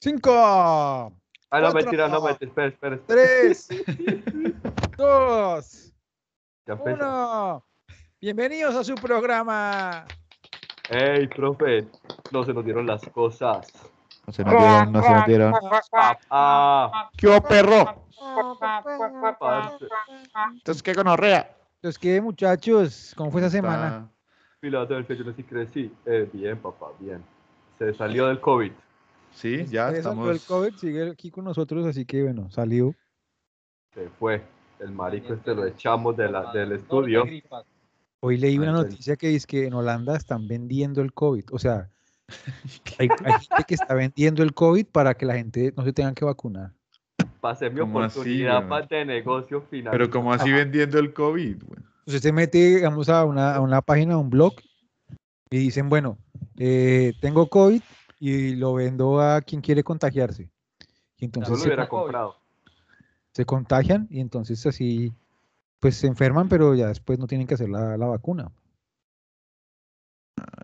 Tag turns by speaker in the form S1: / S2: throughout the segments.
S1: Cinco,
S2: Ah, no,
S1: Cuatro.
S2: mentira, no, mentira. Espera, espera. espera.
S1: tres, dos,
S2: Ya empezó.
S1: uno. Bienvenidos a su programa.
S2: ¡Ey, profe! No se nos dieron las cosas.
S3: No se nos dieron, no se nos dieron.
S2: Ah, ah,
S3: ¿Qué hubo, perro?
S4: Ah,
S2: parce.
S3: Entonces, ¿qué gonorrea?
S1: Los que muchachos, ¿cómo fue esa semana?
S3: Ah,
S2: Filadelfia, yo no sé si crecí. Eh, bien, papá, bien. Se salió del COVID.
S3: Sí, ya
S1: Eso, pero Este, El
S3: estamos.
S1: COVID sigue aquí con nosotros, así que bueno, salió.
S2: Se fue. El marico este lo echamos de la, del estudio.
S1: Hoy leí una
S2: Ah, entonces-
S1: noticia que dice que en Holanda están vendiendo el COVID. O sea, hay, hay gente que está vendiendo el COVID para que la gente no se tenga que vacunar.
S2: Pasé mi
S3: ¿Cómo así,
S2: oportunidad
S3: weón?
S2: pa- de negocio final.
S3: Pero como así vendiendo el COVID, güey.
S1: Usted se mete, digamos, a una, a una página, a un blog, y dicen, bueno, eh, tengo COVID y lo vendo a quien quiere contagiarse. Y
S2: yo lo
S1: entonces se,
S2: hubiera comprado.
S1: se contagian y entonces así, pues se enferman, pero ya después no tienen que hacer la, la vacuna.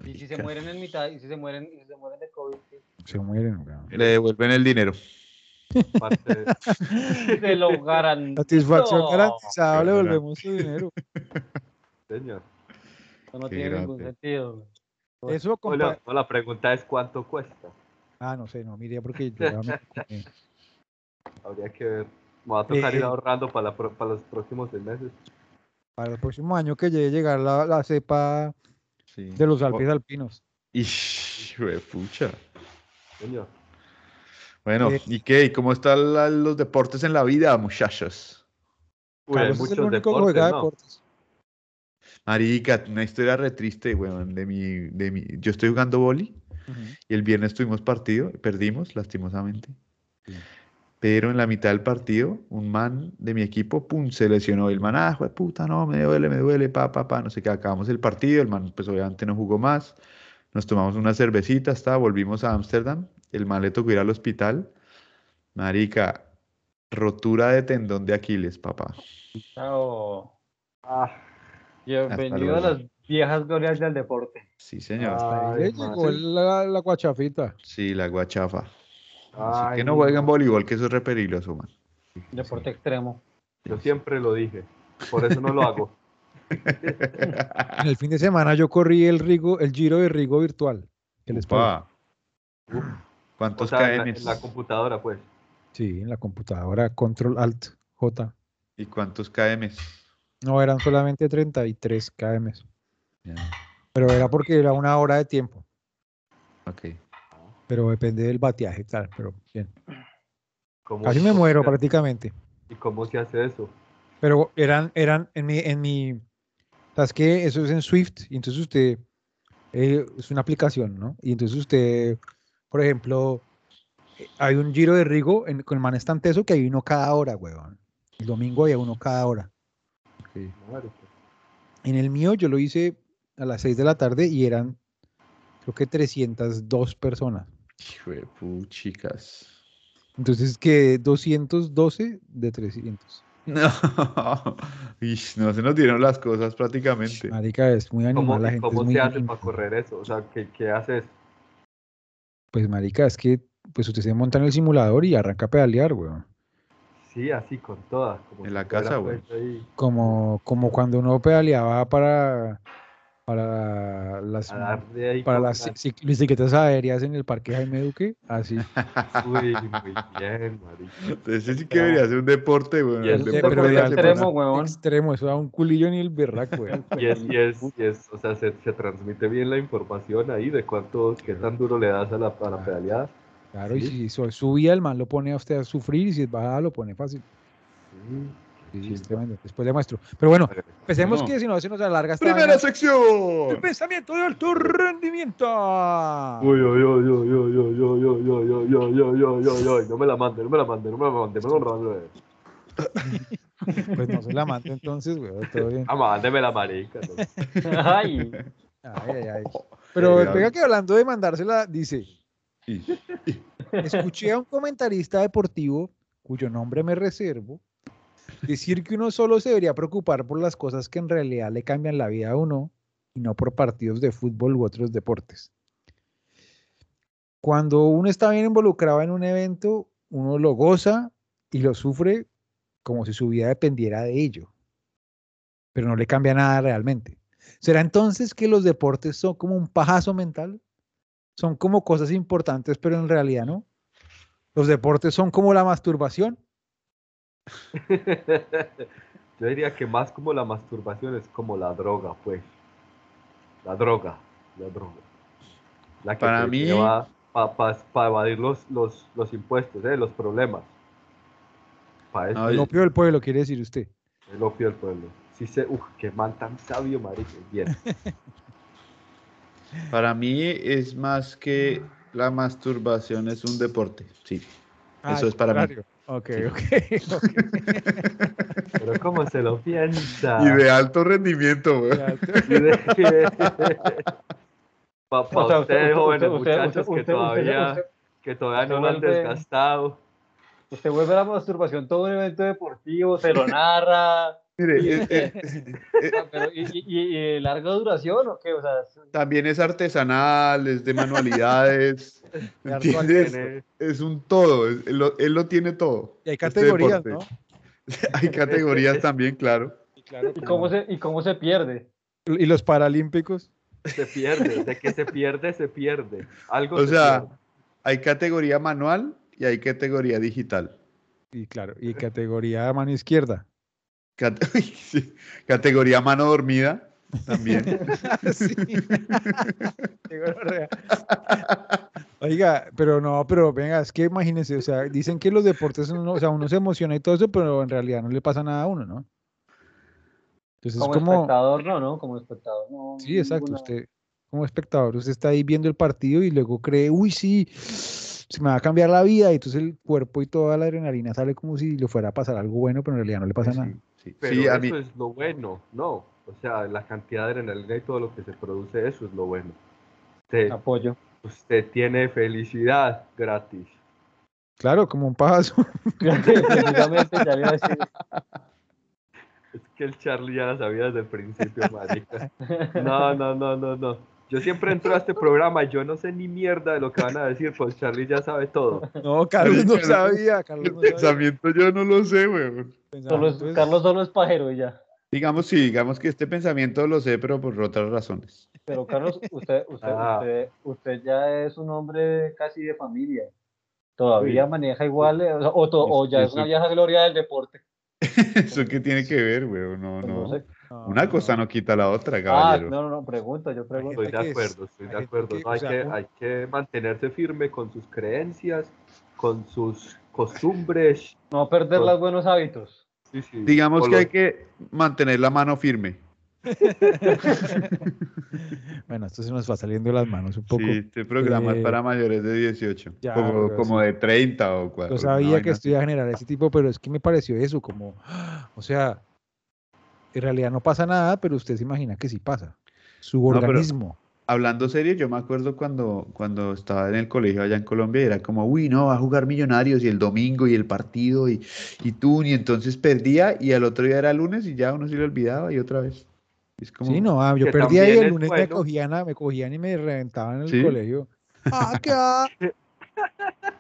S4: Y si se mueren en mitad, y si se mueren, y si se mueren de COVID, ¿sí?
S1: Se mueren. weón.
S3: Le devuelven el dinero.
S2: parce.
S4: se lo garantizo.
S1: Satisfacción garantizada,
S3: Qué
S1: le
S3: gran-
S1: volvemos su dinero.
S2: Señor.
S4: Eso no
S3: Qué
S4: tiene ningún
S3: grande.
S4: sentido. güey.
S1: Eso, compa-
S2: Hola, no, la pregunta es cuánto cuesta.
S1: Ah, no sé, no, mire, porque yo ya me- eh,
S2: Habría que ver. Me va a tocar
S1: Eh.
S2: ir ahorrando para, la pro- para los próximos seis meses.
S1: para el próximo año que llegue a llegar la, la cepa
S3: Sí. Oh,
S1: de los
S2: Pues,
S1: Alpes alpinos.
S3: Ish, güey, pucha.
S2: Señor.
S3: Bueno,
S1: Eh.
S3: ¿y qué? ¿Y cómo están la- los deportes en la vida, muchachos?
S2: Uy, hay
S1: Carlos es
S2: pues, muchos
S1: el único que
S2: deportes,
S1: juega
S2: ¿no?
S1: deportes.
S3: Marica, una historia re triste, weón, de mi, de mi... Yo estoy jugando boli
S1: Ujú.
S3: y el viernes tuvimos partido, perdimos, lastimosamente.
S1: Sí.
S3: Pero en la mitad del partido, un man de mi equipo, pum, se lesionó. Y el man, ah, juez puta, no, me duele, me duele, pa, pa, pa, no sé qué. Acabamos el partido, el man, pues obviamente no jugó más. Nos tomamos una cervecita, hasta volvimos a Ámsterdam. El man le tocó ir al hospital. Marica, rotura de tendón de Aquiles, papá.
S4: Chao.
S2: Ah,
S4: Bienvenido a
S3: luego.
S4: las viejas glorias del deporte.
S3: Sí, señor.
S1: Hasta ahí
S2: Ay,
S1: le llegó
S2: madre.
S1: la, la guachafita.
S3: Sí, la guachafa. Así
S2: ay,
S3: que no jueguen voleibol, que eso es re peligroso, man.
S4: Deporte extremo.
S2: Yo siempre lo dije. Por eso no lo hago.
S1: En el fin de semana yo corrí el Rigo, el giro de Rigo virtual. que les pago.
S3: Upa.
S2: O
S3: ¿Cuántos
S2: sea, en la,
S3: KMs?
S2: en la computadora, pues.
S1: Sí, en la computadora, control alt J.
S3: ¿Y cuántos KMs?
S1: No, eran solamente 33 km.
S3: Ya,
S1: Pero era porque era una hora de tiempo.
S3: ok.
S1: Pero depende del bateaje y tal. Pero bien.
S2: ¿Cómo-
S1: Casi me
S2: cómo
S1: muero
S2: se-
S1: prácticamente.
S2: ¿Y cómo se hace eso?
S1: Pero eran, eran en mi, en mi, ¿sabes qué? Eso es en Swift, y entonces usted, eh, es una aplicación, ¿no? Y entonces usted, por ejemplo, eh, hay un giro de Rigo en, con el man es tan teso que hay uno cada hora, weón. El domingo había uno cada hora.
S3: ok.
S2: Marica.
S1: En el mío yo lo hice a las 6 de la tarde y eran, creo que 302 personas.
S3: Hijo de pu- chicas.
S1: Entonces, que 212 de 300.
S3: No. Ish, no se nos dieron las cosas prácticamente.
S1: Marica, es muy
S2: ¿Cómo,
S1: animal la
S2: y
S1: gente. es
S2: cómo
S1: muy
S2: se hace
S1: animal.
S2: para correr eso? O sea, ¿qué, qué haces?
S1: Pues marica, es que pues usted se monta en el simulador y arranca a pedalear, weón.
S2: Sí, así con todas. como
S3: En
S2: si
S3: la
S2: fuera,
S3: casa,
S2: pues, ahí
S1: Como, como cuando uno pedaleaba para, para las,
S2: A darle ahí
S1: para
S2: con
S1: las
S2: la-
S1: cic- bicicletas aéreas en el parque Jaime Duque, así.
S2: Uy, muy bien, marica.
S3: Entonces sí que debería ser un deporte, weón.
S2: Y es
S3: el
S2: un
S3: deporte
S1: deporte
S3: de la
S1: extremo,
S3: semana.
S4: huevón.
S1: Extremo, eso da un culillo ni el berraco, weón.
S2: Y es, y es, y es, o sea, se, se transmite bien la información ahí de cuánto, qué tan duro le das a la, a la pedaleada.
S1: Claro, y
S2: Sí.
S1: si so- subía, el man lo pone a usted a sufrir y si es bajada lo pone fácil.
S2: Sí,
S1: Sí, sí,
S2: sí.
S1: es tremendo. Después le muestro. Pero bueno, empecemos
S3: No.
S1: que si no se nos alarga esta
S3: Primera
S1: vaina.
S3: sección.
S1: El pensamiento de alto rendimiento.
S2: Uy, uy, uy, uy, uy, uy, uy, uy, uy, uy, uy, uy, uy, uy, uy, uy, no me la mande, no me la mande, no me la mande, no me la mande.
S1: Pues no se la mando entonces, weón, todo bien.
S2: Ah, mándeme la marica. no.
S4: Ay,
S1: Ay, ay, ay. Pero
S3: Cuidado.
S1: pega que hablando de mandársela, dice,
S3: Y-
S1: escuché a un comentarista deportivo, cuyo nombre me reservo, decir que uno solo se debería preocupar por las cosas que en realidad le cambian la vida a uno y no por partidos de fútbol u otros deportes. Cuando uno está bien involucrado en un evento, uno lo goza y lo sufre como si su vida dependiera de ello, pero no le cambia nada realmente. ¿Será entonces que los deportes son como un pajazo mental? Son como cosas importantes, pero en realidad no. Los deportes son como la masturbación.
S2: Yo diría que más como la masturbación es como la droga, pues. La droga, la droga. La que
S3: Para
S2: te
S3: mí-
S2: lleva para evadir los, los, los impuestos, ¿eh? los problemas. Para eso
S3: No,
S1: El
S3: yo-
S1: opio del pueblo, quiere decir usted.
S2: es lo peor del pueblo. Sí se, uf, qué man tan sabio, marica. Bien.
S3: Para mí es más que la masturbación es un deporte. Sí. Eso es para mí.
S1: mí. Ok, ok, ok.
S2: Pero cómo se lo piensa.
S3: Y de alto rendimiento, weón.
S1: Ya,
S2: Para
S4: O sea,
S2: ustedes, jóvenes
S4: usted- usted-
S2: muchachos,
S4: usted-
S2: que
S4: usted-
S2: todavía,
S4: usted-
S2: que todavía no
S4: usted
S2: lo han
S4: vuelve-
S2: desgastado.
S4: usted vuelve a la masturbación todo un evento deportivo, se lo narra.
S3: Mire, es- es-
S4: Ah, pero, ¿y, y- y- y de larga duración o qué? O sea, es-
S3: también es artesanal, es de manualidades.
S1: ya,
S3: ¿Entiendes?
S1: ya.
S3: Es un todo. es- él, lo, él lo tiene todo.
S1: Y hay
S3: este
S1: categorías,
S3: deporte.
S1: ¿no?
S3: Hay categorías también, claro.
S4: ¿y, cómo se, ¿Y cómo se pierde?
S1: Y los paralímpicos.
S2: Se pierde, de que se pierde, se pierde. Algo
S3: O
S2: se
S3: sea,
S2: pierde.
S3: hay categoría manual y hay categoría digital.
S1: Y claro, y categoría mano izquierda.
S3: Cate- sí, Categoría mano dormida también.
S1: Sí. Qué gonorrea. Oiga, pero no, pero venga, es que imagínense, o sea, dicen que los deportes, uno, o sea, uno se emociona y todo eso, pero en realidad no le pasa nada a uno, ¿no? Entonces
S4: Como,
S1: es como,
S4: espectador, no, ¿no? Como espectador, no.
S1: sí, exacto,
S4: ninguna-
S1: usted como espectador, usted está ahí viendo el partido y luego cree, uy, sí, se me va a cambiar la vida, y entonces el cuerpo y toda la adrenalina sale como si le fuera a pasar algo bueno, pero en realidad no le pasa
S3: Sí,
S1: nada.
S3: sí.
S2: Pero
S3: Sí, a
S2: eso
S3: mí,
S2: es lo bueno, ¿no? O sea, la cantidad de adrenalina y todo lo que se produce, eso es lo bueno. Usted,
S4: Apoyo.
S2: usted tiene felicidad gratis.
S1: Claro, como un pajazo.
S4: Precisamente, ya le iba a decir.
S2: Es que el Charlie ya la sabía desde el principio, marica. No, no, no, no, no. Yo siempre entro a este programa y yo no sé ni mierda de lo que van a decir, pues Charlie ya sabe todo.
S1: No, Carlos no
S3: Pero-
S1: sabía, Carlos
S3: el
S1: no sabía.
S3: pensamiento yo no lo sé, weón.
S4: Solo es-
S1: Entonces,
S4: Carlos solo es pajero y ya.
S3: Digamos, sí, digamos que este pensamiento lo sé, pero por otras razones.
S4: Pero Carlos, usted, usted,
S2: Ah.
S4: usted, usted ya es un hombre casi de familia. Todavía
S2: Sí.
S4: maneja igual, eh, o, sea, o to- o
S3: Yo-
S4: ya
S3: yo
S4: es una
S3: soy-
S4: vieja gloria del deporte.
S3: ¿Eso qué tiene que ver, weón? No,
S4: pues no
S3: no.
S4: sé.
S1: no,
S3: Una cosa no quita la otra,
S4: Ah,
S3: caballero.
S4: no, no, no, pregunto, yo pregunto.
S2: Estoy de
S1: que es-
S2: acuerdo, estoy
S1: hay
S2: de
S1: gente
S2: acuerdo.
S1: que,
S2: ¿no?
S1: o
S2: Hay,
S1: sea,
S2: que,
S1: un-
S2: hay que mantenerse firme con sus creencias, con sus costumbres.
S4: No perder
S2: pues.
S4: los buenos hábitos.
S2: Sí, sí.
S3: Digamos
S2: O
S3: que hay
S2: los-
S3: que mantener la mano firme.
S1: Bueno, esto se nos va saliendo de las manos un poco.
S3: Sí, este programa
S1: Eh,
S3: es para mayores de 18,
S1: ya,
S3: como,
S1: pero
S3: como de 30 o
S1: Yo
S3: cuatro.
S1: sabía
S3: una
S1: que
S3: vaina
S1: esto iba a generar ese tipo, pero es que me pareció eso, como, ¡ah! o sea, en realidad no pasa nada, pero usted se imagina que sí pasa. Su
S3: pero-
S1: organismo.
S3: Hablando serio, yo me acuerdo cuando, cuando estaba en el colegio allá en Colombia y era como, uy, no, va a jugar Millonarios y el domingo y el partido y, y tú, y entonces perdía y al otro día era lunes y ya uno se le olvidaba y otra vez. Es como,
S1: Sí, no, ah, yo
S2: que
S1: perdí ahí
S2: también
S1: el
S2: es
S1: lunes, me,
S2: bueno.
S1: cogían a- me cogían y me reventaban en el
S3: Sí.
S1: colegio. Ah, qué ah.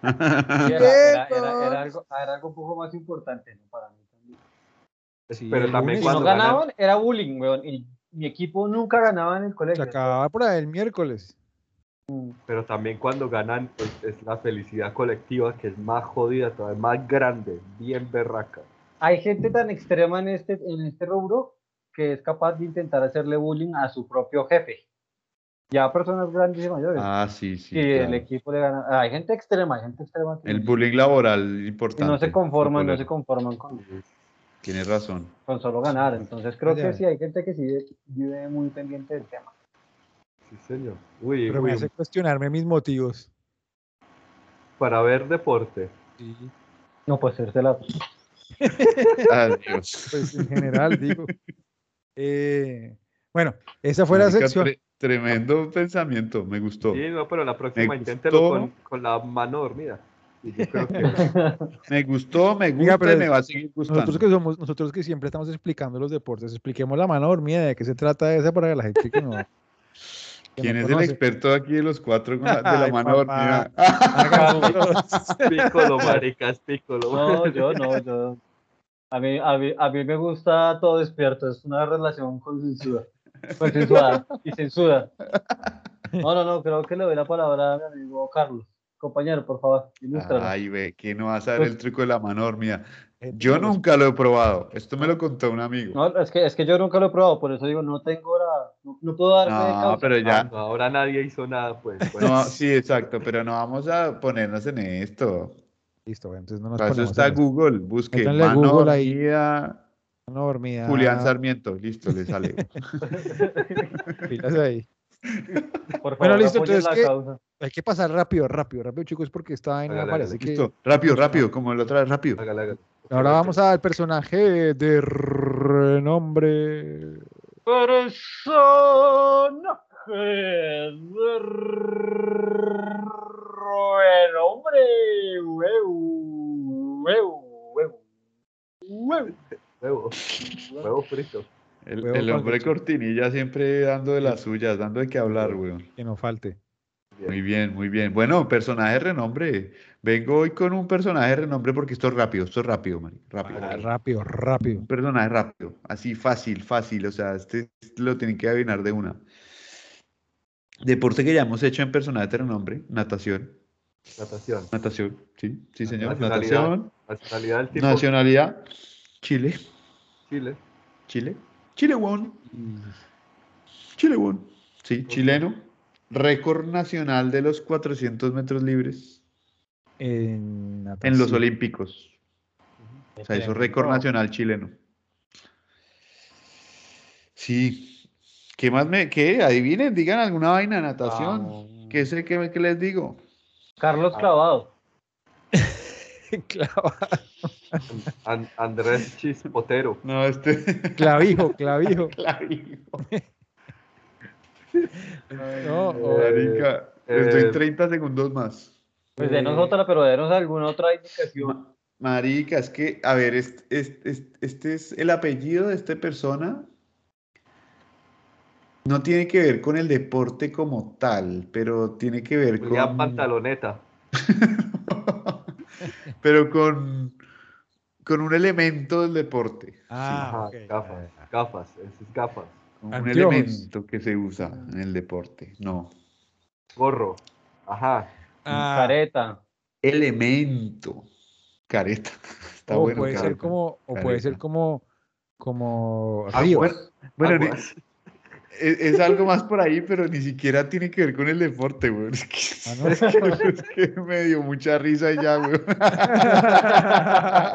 S4: Era, era, era- era algo, era algo un poco más importante ¿no? para mí. también.
S1: Sí,
S2: Pero
S1: el lunes
S2: también
S4: Si
S2: cuando
S4: no
S2: ganan-
S4: ganaban, era bullying, weón. Y mi equipo nunca ganaba en el
S1: Se
S4: colegio.
S1: acababa por ahí el miércoles.
S2: pero también cuando ganan pues, es la felicidad colectiva que es más jodida, todavía más grande, bien berraca.
S4: Hay gente tan extrema en este, en este rubro que es capaz de intentar hacerle bullying a su propio jefe. Ya personas grandes y mayores.
S3: Ah, sí, sí.
S4: que pues, el
S3: claro.
S4: equipo le gana. Hay gente extrema, hay gente extrema. que
S3: El
S4: no-
S3: bullying laboral
S4: que
S3: importante.
S4: no se conforman, no se
S3: popular.
S4: conforman con,
S3: Tienes razón.
S4: con solo ganar. Entonces creo
S1: Ya.
S4: que sí, hay gente que sí vive, vive muy pendiente del tema.
S2: Sí, señor. Uy,
S1: Pero
S2: uy,
S1: me hace cuestionarme mis motivos.
S2: para ver deporte.
S1: Sí,
S4: No, pues hacerse la.
S3: Ah, Adiós.
S1: pues en general, digo. Eh, bueno, esa fue la
S3: Marica,
S1: sección.
S3: tre- tremendo pensamiento, me gustó.
S2: Sí, no, pero la próxima
S3: Me
S2: inténtelo
S3: gustó.
S2: con, con la mano dormida. Yo creo que
S3: Me gustó, me gusta
S1: Oiga, pero
S3: y me va a seguir
S1: Nosotros
S3: gustando.
S1: que somos, nosotros que siempre estamos explicando los deportes, expliquemos la mano dormida de qué se trata esa para la gente que no. que
S3: ¿Quién
S1: no
S3: es el
S1: conoce.
S3: experto aquí de los cuatro con la- de la
S1: Ay, papá.
S3: mano dormida? Ah,
S2: es Piccolo, marica, es Piccolo.
S4: No, yo no, yo. A mí, a, mí, a mí me gusta todo despierto, es una relación consensuada, consensuada y censuda. No, no, no, creo que le doy la palabra a mi amigo Carlos. Compañero, por favor, ilústranos.
S3: Ay, ve, que no va a
S1: Pues
S3: saber el truco de la mano dormida.
S1: Gente
S3: Yo
S1: que no
S3: nunca lo he probado. Esto me lo contó un amigo.
S4: No, es que, es que yo nunca lo he probado, por eso digo, no tengo la. No, no puedo dar. fe de
S3: No,
S4: causa.
S3: pero ya.
S2: Ah, No, ahora nadie hizo nada, pues. bueno.
S3: No, sí, exacto, pero no vamos a ponernos en esto.
S1: Listo, bueno, entonces no nos
S3: Para eso
S1: ponemos
S3: está
S1: en esto.
S3: Google. Busque
S1: Métanle a
S3: mano
S1: Google ahí.
S3: dormida,
S1: Mano dormida.
S3: Julián Sarmiento. Listo, le sale.
S1: pilas ahí.
S4: Por favor,
S1: Bueno, listo,
S4: apoyen
S1: entonces,
S4: la
S1: ¿qué?
S4: causa.
S1: Hay que pasar rápido, rápido, rápido, chicos, porque esta vaina
S2: Hágale,
S1: parece que.
S3: Listo. Rápido, rápido, como la otra vez, rápido.
S2: Hágale, hágale.
S1: Ahora vamos al personaje de renombre.
S4: Personaje de el hombre. Huevo, huevo, huevo. Huevo.
S2: Huevo, huevo frito.
S3: El,
S1: Huevo
S3: el
S1: con
S3: hombre
S1: leche.
S3: cortinilla siempre dando de las suyas, dando de qué hablar, weón.
S1: Que no falte.
S3: Muy bien, muy bien. Bueno, personaje de renombre. Vengo hoy con un personaje de renombre porque esto es rápido, esto es rápido, man. Rápido.
S1: Ah, rápido, rápido.
S3: Un personaje rápido, así fácil, fácil. O sea, este este lo tienen que adivinar de una. Deporte que ya hemos hecho en personaje de renombre, natación.
S2: Natación.
S3: Natación, sí, sí, señor.
S2: Nacionalidad.
S3: Natación.
S2: Nacionalidad del tipo
S3: Nacionalidad. Chile.
S2: Chile.
S3: Chile. Chile, weón. Chile, weón. Sí, chileno. Récord nacional de los 400 metros libres
S1: En,
S3: en los
S1: natación.
S3: Olímpicos. O sea, hizo récord nacional chileno. Sí. ¿Qué más me.? ¿Qué? Adivinen, digan alguna vaina de natación.
S2: Ah,
S3: ¿Qué sé que, que les digo?
S4: Carlos Clavado.
S1: Clava-
S2: An- Andrés Chispotero.
S3: No, este.
S1: clavijo, clavijo.
S3: Clavijo.
S1: No, o-
S3: Marica, les doy
S2: eh.
S3: 30 segundos más.
S4: Pues denos otra, pero denos alguna otra indicación.
S3: Ma- Marica, es que, a ver, este, este, este- este es el apellido de esta persona. No tiene que ver con el deporte como tal, pero tiene que ver
S2: Julián
S3: con.
S2: Pantaloneta.
S3: pero con, con un elemento del deporte.
S1: Ah,
S2: Ajá,
S1: ok.
S2: gafas, gafas, esas gafas.
S3: sí, con un
S1: anteojos.
S3: elemento que se usa en el deporte. No.
S2: Gorro. Ajá.
S3: Mm,
S1: Ah,
S4: Careta.
S3: Elemento. Careta. Está
S1: o
S3: bueno.
S1: puede ser
S3: careta.
S1: como, o puede ser
S3: Careta.
S1: como, como
S2: Ah,
S1: río.
S3: Bueno, bueno,
S1: Ah,
S3: ni-
S2: Aguas.
S3: es, e-, es algo más por ahí, pero ni siquiera tiene que ver con el deporte, güey. Es que,
S1: Ah, ¿no?
S3: es que- es que me dio mucha risa y ya, güey.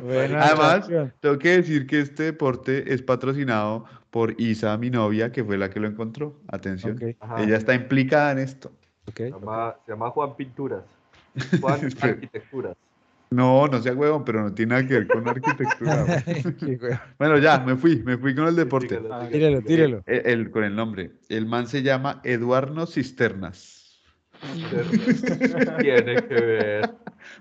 S1: Buena
S3: Además,
S1: opción.
S3: Tengo que decir que este deporte es patrocinado por Isa, mi novia, que fue la que lo encontró. Atención.
S1: Ok, Ah.
S2: Ajá.
S3: Ella está implicada en esto.
S1: ok.
S2: Se llama, se llama Juan Pinturas. Juan
S3: Espera.
S2: Arquitecturas.
S3: No, no sea huevón, pero no tiene nada que ver con la arquitectura. güey.
S1: Qué güey.
S3: Bueno, ya, me fui, me fui con el deporte.
S2: Sígalo,
S4: Ah,
S1: tírelo,
S2: sígalo,
S1: tírelo.
S2: sígalo.
S3: El- el- con el nombre. El man se llama Eduardo Cisternas.
S2: Tiene que ver. Tiene que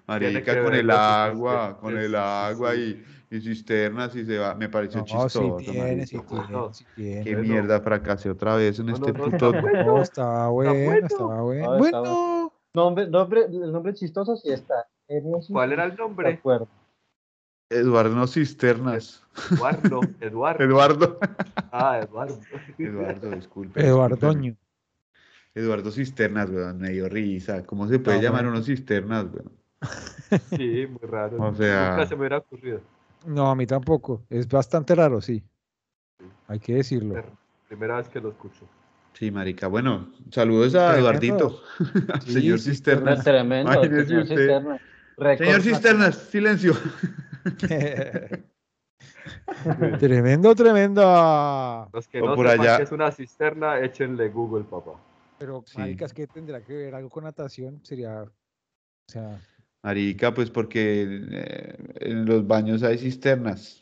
S3: Marica, con
S2: ver
S3: el
S2: con sus
S3: agua,
S2: cisternas,
S3: con el
S2: sí,
S3: agua
S2: sí.
S3: y, y cisternas y se va. Me pareció
S1: No, sí
S3: chistoso.
S1: tiene, sí
S3: marica.
S2: pues,
S1: tiene,
S2: no.
S1: sí tiene.
S3: Qué
S2: Bueno.
S3: mierda, fracasé otra vez en
S2: No,
S3: este
S2: no, no,
S3: puto.
S2: no,
S1: No, estaba bueno,
S2: bueno.
S1: estaba bueno.
S4: Ah, está
S1: Bueno,
S4: Nombre, nombre, el nombre chistoso sí está. El nombre
S2: ¿Cuál era el
S4: chistoso, De
S2: nombre?
S4: acuerdo.
S3: Eduardo Cisternas.
S2: Eduardo. Eduardo.
S3: Eduardo.
S2: Ah, Eduardo.
S3: Eduardo, disculpe. discúlpeme.
S1: Eduardoño.
S3: Eduardo Cisternas, weón. Me dio risa. ¿Cómo se puede
S1: Ah,
S3: llamar
S1: bueno.
S3: uno Cisternas, weón?
S2: Sí, muy raro.
S3: O sea-
S2: Nunca se me hubiera ocurrido.
S1: No, a mí tampoco. Es bastante raro, sí. Hay que decirlo.
S2: Pero- Primera vez que lo escucho.
S3: Sí, marica. Bueno, saludos a
S1: Tremendo.
S3: Eduardito. al
S1: Sí,
S3: señor
S1: sí,
S3: Cisternas.
S4: Es tremendo. el
S3: Imagínese
S4: señor
S3: usted.
S4: Cisterna. Récord
S3: Señor Cisternas, silencio.
S1: tremendo, tremendo.
S2: Los que
S3: O
S2: no
S3: por
S2: sepan
S3: allá.
S2: que es una cisterna, échenle Google, papá.
S1: Pero,
S3: Sí.
S1: maricas, que tendrá que ver algo con natación? Sería. O sea,
S3: Marica, pues porque eh, en los baños hay cisternas.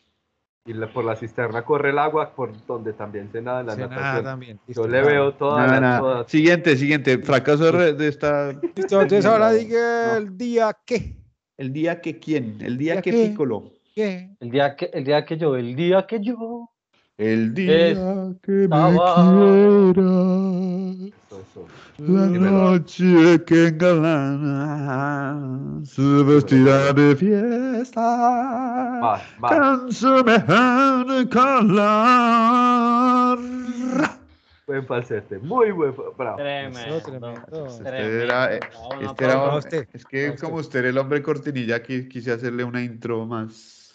S2: Y la- por la cisterna corre el agua, por donde también se nada en la
S1: Se nada
S2: natación.
S1: también.
S2: Yo
S1: Listo.
S2: le veo todas
S3: Nada,
S2: las
S3: nada.
S2: todas.
S3: Siguiente, siguiente. Fracaso de re- de esta.
S1: Listo, entonces
S3: No,
S1: ahora
S3: no.
S1: diga el día que.
S3: El día que quién, el día
S1: ¿Ya
S3: que
S1: qué?
S3: Piccolo.
S1: ¿Qué?
S4: El día que, el día que yo, el día que yo.
S3: El día que me
S4: estaba-
S3: quiera,
S2: Eso, eso.
S3: la
S2: Sí, pero-
S3: noche que engalana, se vestirá de fiesta,
S2: Más, más.
S3: con semejante calor.
S2: Buen falsete. Muy buen. fa- Bravo.
S1: Eso, tremendo.
S3: Este era, eh,
S4: Tremendo.
S3: este era-
S1: aplauso a usted,
S3: es que
S1: a usted.
S3: como usted era el hombre cortinilla, aquí quise hacerle una intro más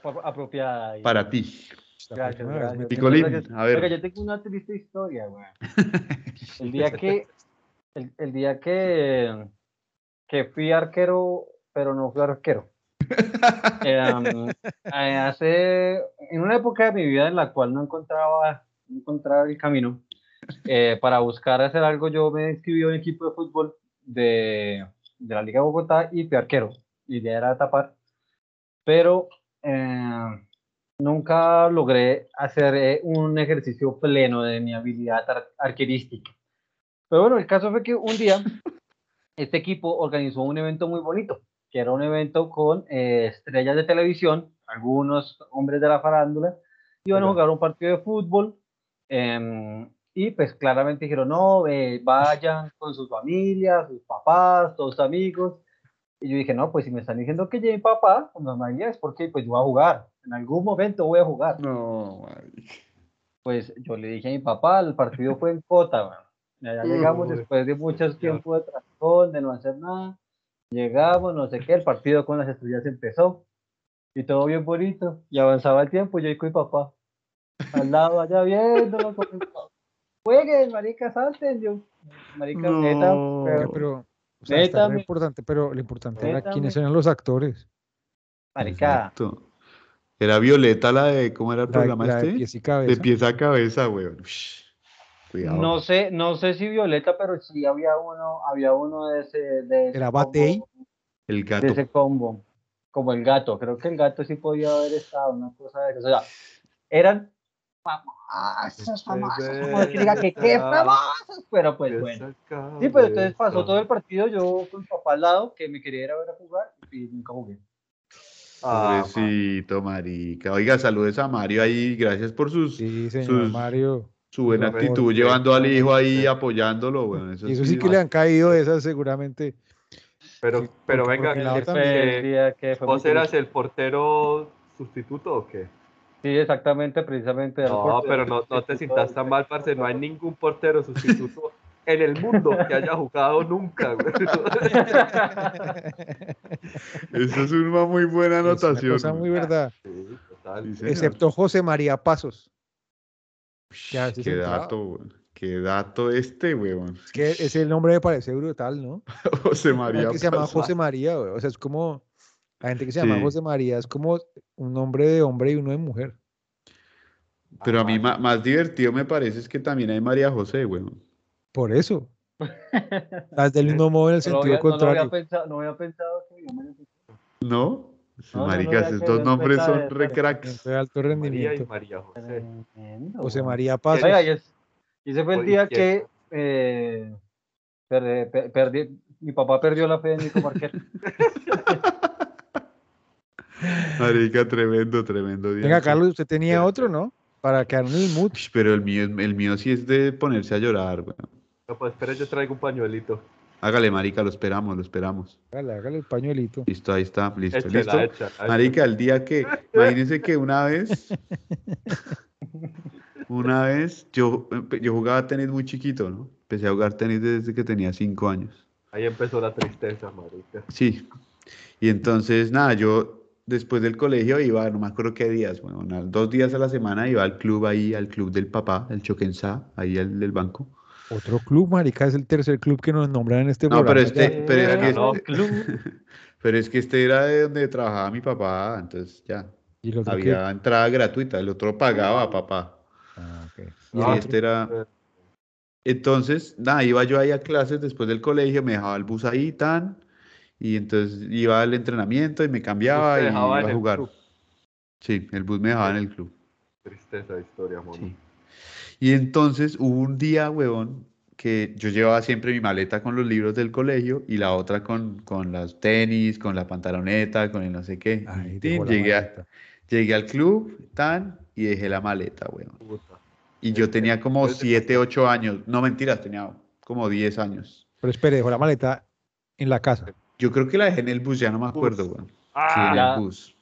S4: Apro- Apropiada. y-
S3: para ti.
S4: Gracias, gracias.
S3: Picolín,
S4: Oiga,
S3: a ver.
S4: Oiga, yo tengo una triste historia, güey. El día que, el, el día que, que fui arquero, pero no fui arquero. Eh, um, eh, hace, en una época de mi vida en la cual no encontraba, no encontraba el camino, eh, para buscar hacer algo, yo me inscribí a un equipo de fútbol de, de la Liga de Bogotá y fui arquero. Mi idea era tapar, pero eh, nunca logré hacer eh, un ejercicio pleno de mi habilidad ar- arquerística. Pero bueno, el caso fue que un día este equipo organizó un evento muy bonito, que era un evento con eh, estrellas de televisión, algunos hombres de la farándula, iban a
S2: Oiga.
S4: jugar un partido de fútbol. em, y pues claramente dijeron, no, eh, vayan con sus familias, sus papás, todos amigos. Y yo dije, no, pues si me están diciendo que lleve papá, pues normalidad es porque pues yo voy a jugar. En algún momento voy a jugar.
S3: No, marica.
S4: Pues yo le dije a mi papá, el partido fue en Cota, weón. Y allá llegamos
S2: Uy,
S4: después de mucho
S2: ya.
S4: tiempo de trastorno, de no hacer nada. Llegamos, no sé qué, el partido con las estrellas empezó. Y todo bien bonito. Y avanzaba el tiempo, yo y con mi papá. Al lado, allá viéndolo con mi papá. Jueguen, marica, salten. Yo, marica,
S3: No.
S4: neta,
S1: Oiga,
S4: pero-
S1: pero, o sea, está
S4: Métame.
S1: re importante, pero lo importante era
S4: Métame.
S1: quiénes eran los actores.
S4: marica,
S3: Exacto. Era Violeta la de, ¿cómo era el
S1: La,
S3: programa
S1: la de
S3: este?
S1: pies y
S3: de
S1: cabeza.
S3: pieza a cabeza, weón. Ush. Cuidado.
S4: No sé, no sé si Violeta, pero sí había uno, había uno de ese, de ese
S1: ¿Era
S4: combo,
S1: Batey?
S3: el
S4: de
S3: gato.
S4: ese combo, como el gato. Creo que el gato sí podía haber estado, una cosa de esas. O sea, eran
S3: ah,
S4: famosas, famosas,
S2: Este,
S4: como que diga que qué famosas, pero pues bueno. Ah, Sí, pero entonces pasó todo el partido, yo con mi papá al lado, que me quería ir a ver a jugar, y nunca jugué.
S2: Ah, ma-
S3: Pobrecito, marica. Oiga, saludes a Mario ahí. Gracias por sus,
S1: Sí, señor
S3: Sus-
S1: Mario.
S3: su buena
S2: Lo
S3: actitud,
S2: mejor.
S3: llevando al hijo ahí,
S2: Sí.
S3: apoyándolo, weón. Eso,
S1: Y eso sí que le han caído esas seguramente.
S2: pero,
S1: Sí,
S2: pero
S1: porque
S2: venga,
S1: por mi lado
S2: ¿qué-
S1: también.
S2: qué-
S4: el día que fue muy
S2: ¿vos eras
S4: triste.
S2: el portero sustituto o qué?
S4: Sí, exactamente, precisamente. era el
S2: No,
S4: portero
S2: pero no, no te
S4: sustituto
S2: sientas
S4: del
S2: tan mal, parce. No hay ningún portero sustituto en el mundo que haya jugado nunca, güey.
S3: Eso es una muy buena
S1: Es una
S3: anotación.
S1: cosa muy
S3: weón.
S1: verdad.
S2: Sí, total.
S3: Sí, Ah, señor.
S1: Excepto José María Pasos.
S3: Ush,
S1: Ya, sí,
S3: Qué
S1: sí, claro.
S3: dato, weón. Qué dato este, weón.
S1: Es que ese nombre me parece brutal, ¿no?
S3: José
S1: Hay
S3: María.
S1: gente que se llama
S3: Paz.
S1: José María, güey. O sea, es como. La gente que se llama
S3: Sí.
S1: José María es como un nombre de hombre y uno de mujer.
S3: Pero a mí ma- más, divertido me parece es que también hay María José, weón.
S1: Por eso. Las del mismo modo en el
S4: No
S1: sentido
S4: lo había- no lo había
S1: contrario.
S4: pensado- no había pensado que yo me-
S3: ¿No?
S4: No, no, no,
S3: Maricas,
S4: ya que
S3: estos
S4: yo
S3: nombres
S4: empezaba
S3: son
S4: de-
S3: re cracks.
S1: Gente de alto
S2: María y
S1: rendimiento.
S2: María José.
S4: Tremendo,
S1: José
S4: weón.
S1: María
S4: Oiga,
S1: Pasos.
S4: y es- y ese fue el
S2: Por
S4: día que
S2: izquierda.
S4: eh, per- per- perdí- mi papá perdió la fe en Nico Marquez.
S3: Marica, tremendo, tremendo. día.
S1: Venga, Carlos, usted tenía
S3: Bien.
S1: otro, ¿no? Para quedar en el mood.
S3: Ush, Pero el mío, el mío sí es de ponerse a llorar, weón.
S2: No, pues espera, yo traigo un pañuelito.
S3: Hágale, marica, lo esperamos, lo esperamos.
S1: Hágale, hágale el pañuelito.
S3: Listo, ahí está, listo,
S2: Échala,
S3: listo.
S2: échala, échala.
S3: Marica, el día que, imagínense que una vez, una vez, yo, yo jugaba tenis muy chiquito, ¿no? Empecé a jugar tenis desde que tenía cinco años.
S2: Ahí empezó la tristeza, marica.
S3: Sí. Y entonces, nada, yo después del colegio iba, no me acuerdo qué días, bueno, una- dos días a la semana iba al club ahí, al club del papá, el Choquensá, ahí al del banco.
S1: Otro club, marica, es el tercer club que nos nombran en este
S3: No,
S1: programa.
S3: pero
S1: ya.
S3: este,
S4: Eh,
S3: pero es que,
S2: no.
S3: este- pero es que este era de donde trabajaba mi papá, entonces ya,
S1: Y el otro que-
S3: había entrada gratuita, el otro pagaba, papá.
S1: Ah, ok.
S3: Sí,
S1: Y el
S2: Ah,
S1: otro-
S3: este era... Entonces, nada, iba yo ahí a clases después del colegio, me dejaba el bus ahí, tan, y entonces iba al entrenamiento y me cambiaba
S2: Usted
S3: y
S2: dejaba
S3: iba
S2: en
S3: a
S2: el
S3: jugar.
S2: club.
S3: Sí, el bus me dejaba en el club.
S2: Tristeza de historia, mono.
S3: Sí. Y entonces hubo un día, huevón, que yo llevaba siempre mi maleta con los libros del colegio y la otra con, con los tenis, con la pantaloneta, con el no sé qué.
S1: Ay,
S3: Y
S1: dejó la
S3: llegué, a-
S1: maleta.
S3: llegué al club, tan, y dejé la maleta, huevón.
S2: Puta.
S3: Y yo tenía como
S2: Entonces,
S3: 7, 8 años. No, mentiras, tenía como 10 años.
S1: Pero espere, dejó la maleta en la casa.
S3: Yo creo que la dejé en el bus, ya no me acuerdo,
S2: Bus.
S3: weón. Sí,
S2: Ah,
S3: en
S4: la-
S3: el bus.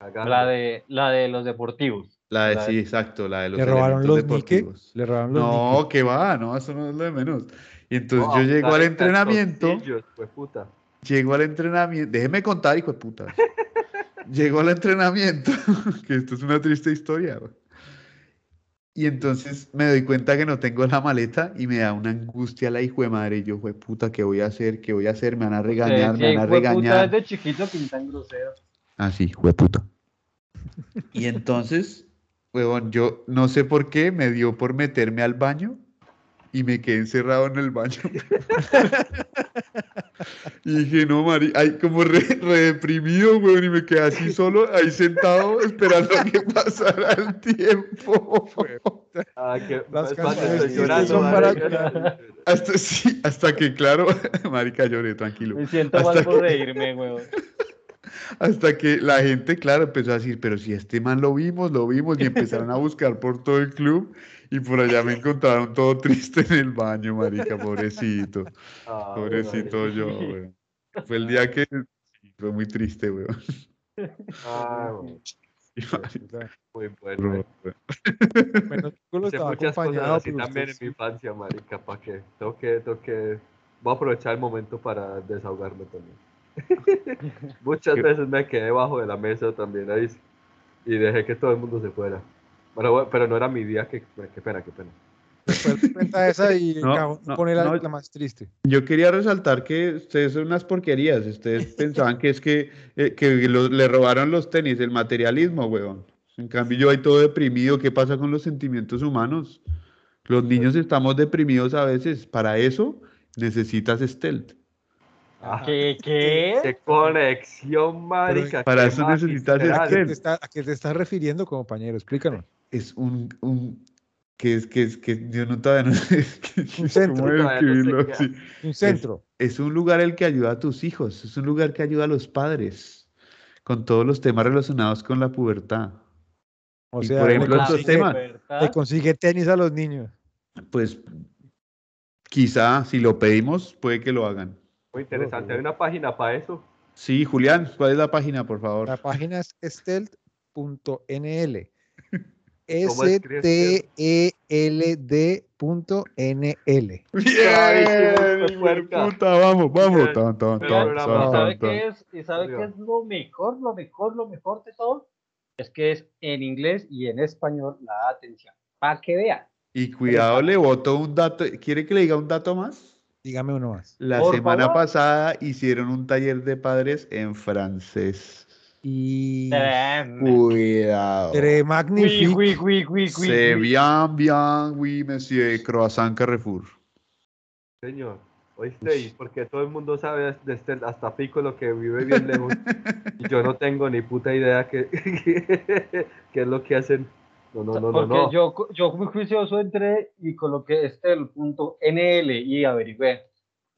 S2: cagada.
S4: La de, la de los deportivos.
S3: La de,
S4: la de-
S3: sí, exacto, la de los
S1: ¿Le robaron
S3: elementos
S1: los niques?
S3: deportivos.
S1: Le robaron los
S3: No,
S1: niques.
S3: que va, no, eso no es lo de menos. Y entonces
S2: No,
S3: Pues yo llego al
S2: dale,
S3: entrenamiento,
S2: calzoncillos, jueputa.
S3: llego al entrenamiento, déjeme contar, hijo de puta. llego al entrenamiento, que esto es una triste historia. weón. Y entonces me doy cuenta que no tengo la maleta y me da una angustia la hijo de madre. Y yo, hijo de puta, ¿qué voy a hacer? ¿Qué voy a hacer? Me van a regañar, me van a regañar.
S4: desde chiquito pintan grosero.
S3: Así, hijo de puta. Y entonces, huevón, yo no sé por qué me dio por meterme al baño y me quedé encerrado en el baño. y dije, no, Mari, ay, como re, re deprimido, huevón, y me quedé así solo, ahí sentado, esperando a que pasara el tiempo.
S2: Ah, que
S1: Las
S2: es más,
S1: canciones
S2: estoy
S1: sí
S2: llorando,
S1: son
S2: madre.
S3: Hasta, sí, hasta que, claro, Marica, lloré, tranquilo.
S4: Me siento
S3: Hasta
S4: mal por
S3: que-
S4: reírme, weón.
S3: Hasta que la gente, claro, empezó a decir, pero si a este man lo vimos, lo vimos, y empezaron a buscar por todo el club, y por allá me encontraron todo triste en el baño, marica, pobrecito,
S2: Ah,
S3: pobrecito yo, weón. Fue el día que fue muy triste, weón.
S2: Ah, bueno.
S3: Y, marica,
S2: Muy bueno. eh.
S3: bro, weón.
S1: Menos que lo
S2: Hice
S1: estaba
S2: muchas cosas
S1: acompañado.
S2: así
S1: pero
S2: también en
S1: usted
S2: mi
S1: sí.
S2: infancia, marica, ¿para qué? Tengo que, tengo que... Voy a aprovechar el momento para desahogarme también. Muchas veces me quedé debajo de la mesa también ahí y dejé que todo el mundo se fuera. Pero, bueno, pero no era mi día, que, qué pena, qué pena.
S1: Después de pues, cuenta esa y
S3: No,
S1: cagó-
S3: no,
S1: pone la,
S3: no.
S1: la más triste.
S3: Yo quería resaltar que ustedes son unas porquerías, ustedes pensaban que es que, eh, que lo- le robaron los tenis, el materialismo, weón. En cambio yo ahí todo deprimido, ¿qué pasa con los sentimientos humanos? Los niños estamos deprimidos a veces, para eso necesitas stealth,
S2: Ah,
S4: ¿Qué? ¿Qué?
S2: ¡Qué conexión, marica!
S3: para
S2: qué
S3: eso
S1: ¿A
S3: necesitas Dale.
S1: qué,
S2: magistral.
S1: te está, ¿A qué te estás refiriendo, compañero? Explícanos.
S3: es un, un- que es, que es, que yo no todavía no sé que-
S1: Un
S3: cómo
S1: centro.
S2: Todavía no sé
S3: describirlo,
S2: qué
S3: sí.
S1: Un centro.
S3: es un lugar el que ayuda a tus hijos, es un lugar que ayuda a los padres con todos los temas relacionados con la pubertad.
S1: O
S3: y
S1: sea,
S3: por
S1: le
S3: ejemplo, estos
S1: consigue-
S3: temas.
S4: pubertad.
S1: le consigue tenis a los niños.
S3: Pues quizá si lo pedimos, puede que lo hagan.
S2: Muy interesante, hay una página para eso.
S3: Sí, Julián, ¿cuál es la página, por
S1: La
S3: favor?
S1: página es stealth.nl.
S2: ¿Cómo escribes stealth?
S1: E S-T-E-L-D.nl.
S2: Bravísimo,
S3: hijo de
S2: puerca.
S3: puta, vamos, vamos.
S2: Bien.
S3: Tan, tan,
S2: Pero
S3: tan,
S2: programa.
S3: tan,
S4: ¿Y sabe
S3: tan, tan.
S4: qué es? ¿Y sabe qué es lo mejor, lo mejor, lo mejor de todo? Es que es en inglés y en español la atención. Para que vean.
S3: Y cuidado, le botó un dato. ¿Quiere que le diga un dato más?
S1: Dígame uno más.
S3: La
S4: Por
S3: semana
S4: favor.
S3: pasada hicieron un taller de padres en francés.
S1: Y.
S4: Tremendo.
S3: Cuidado.
S1: Tre
S4: Cui,
S1: magnifique.
S4: cui, cui, cui, cui,
S3: C'est
S4: cui.
S3: bien, bien, oui, monsieur, croissant Carrefour.
S2: Señor, oíste, y porque todo el mundo sabe desde el- hasta pico lo que vive bien lejos. y yo no tengo ni puta idea que, que, es lo que hacen. No, no, no, no,
S4: Porque
S2: no.
S4: Yo, yo muy juicioso entré y coloqué este el punto NL y averigüé.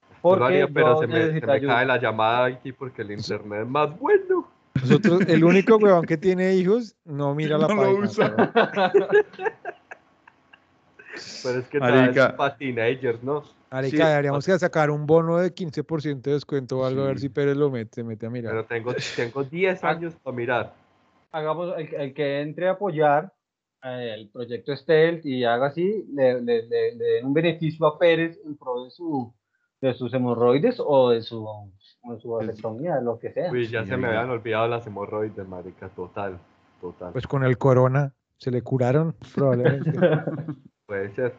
S2: Yo
S4: Porque
S2: lo haría, Pues pero
S4: yo
S2: se me, se
S4: necesito
S2: me
S4: ayuda.
S2: cae la llamada aquí porque el internet es más bueno.
S1: Nosotros, el único huevón que tiene hijos no mira la
S3: No lo
S1: página.
S3: usa.
S1: huevón.
S2: Pero es que
S3: Marica.
S2: tal para teenagers, ¿no?
S1: Marica,
S3: Sí.
S1: deberíamos que sacar un bono de 15% de descuento o algo, a ver
S3: Sí.
S1: si Pérez lo mete, se mete a mirar.
S2: Pero tengo, tengo
S4: Ah.
S2: 10 años para mirar.
S4: Hagamos el, el que entre a apoyar eh, el proyecto Stealth y haga así, le, le, le- le den un beneficio a Pérez en pro de, su, de sus hemorroides o de su, o de su
S2: Pues
S4: vasectomía, lo que sea.
S2: Uy, ya
S3: Sí,
S2: se me
S3: oiga.
S2: habían olvidado las hemorroides, marica, total, total.
S1: Pues con el corona se le curaron, probablemente.
S2: Puede ser.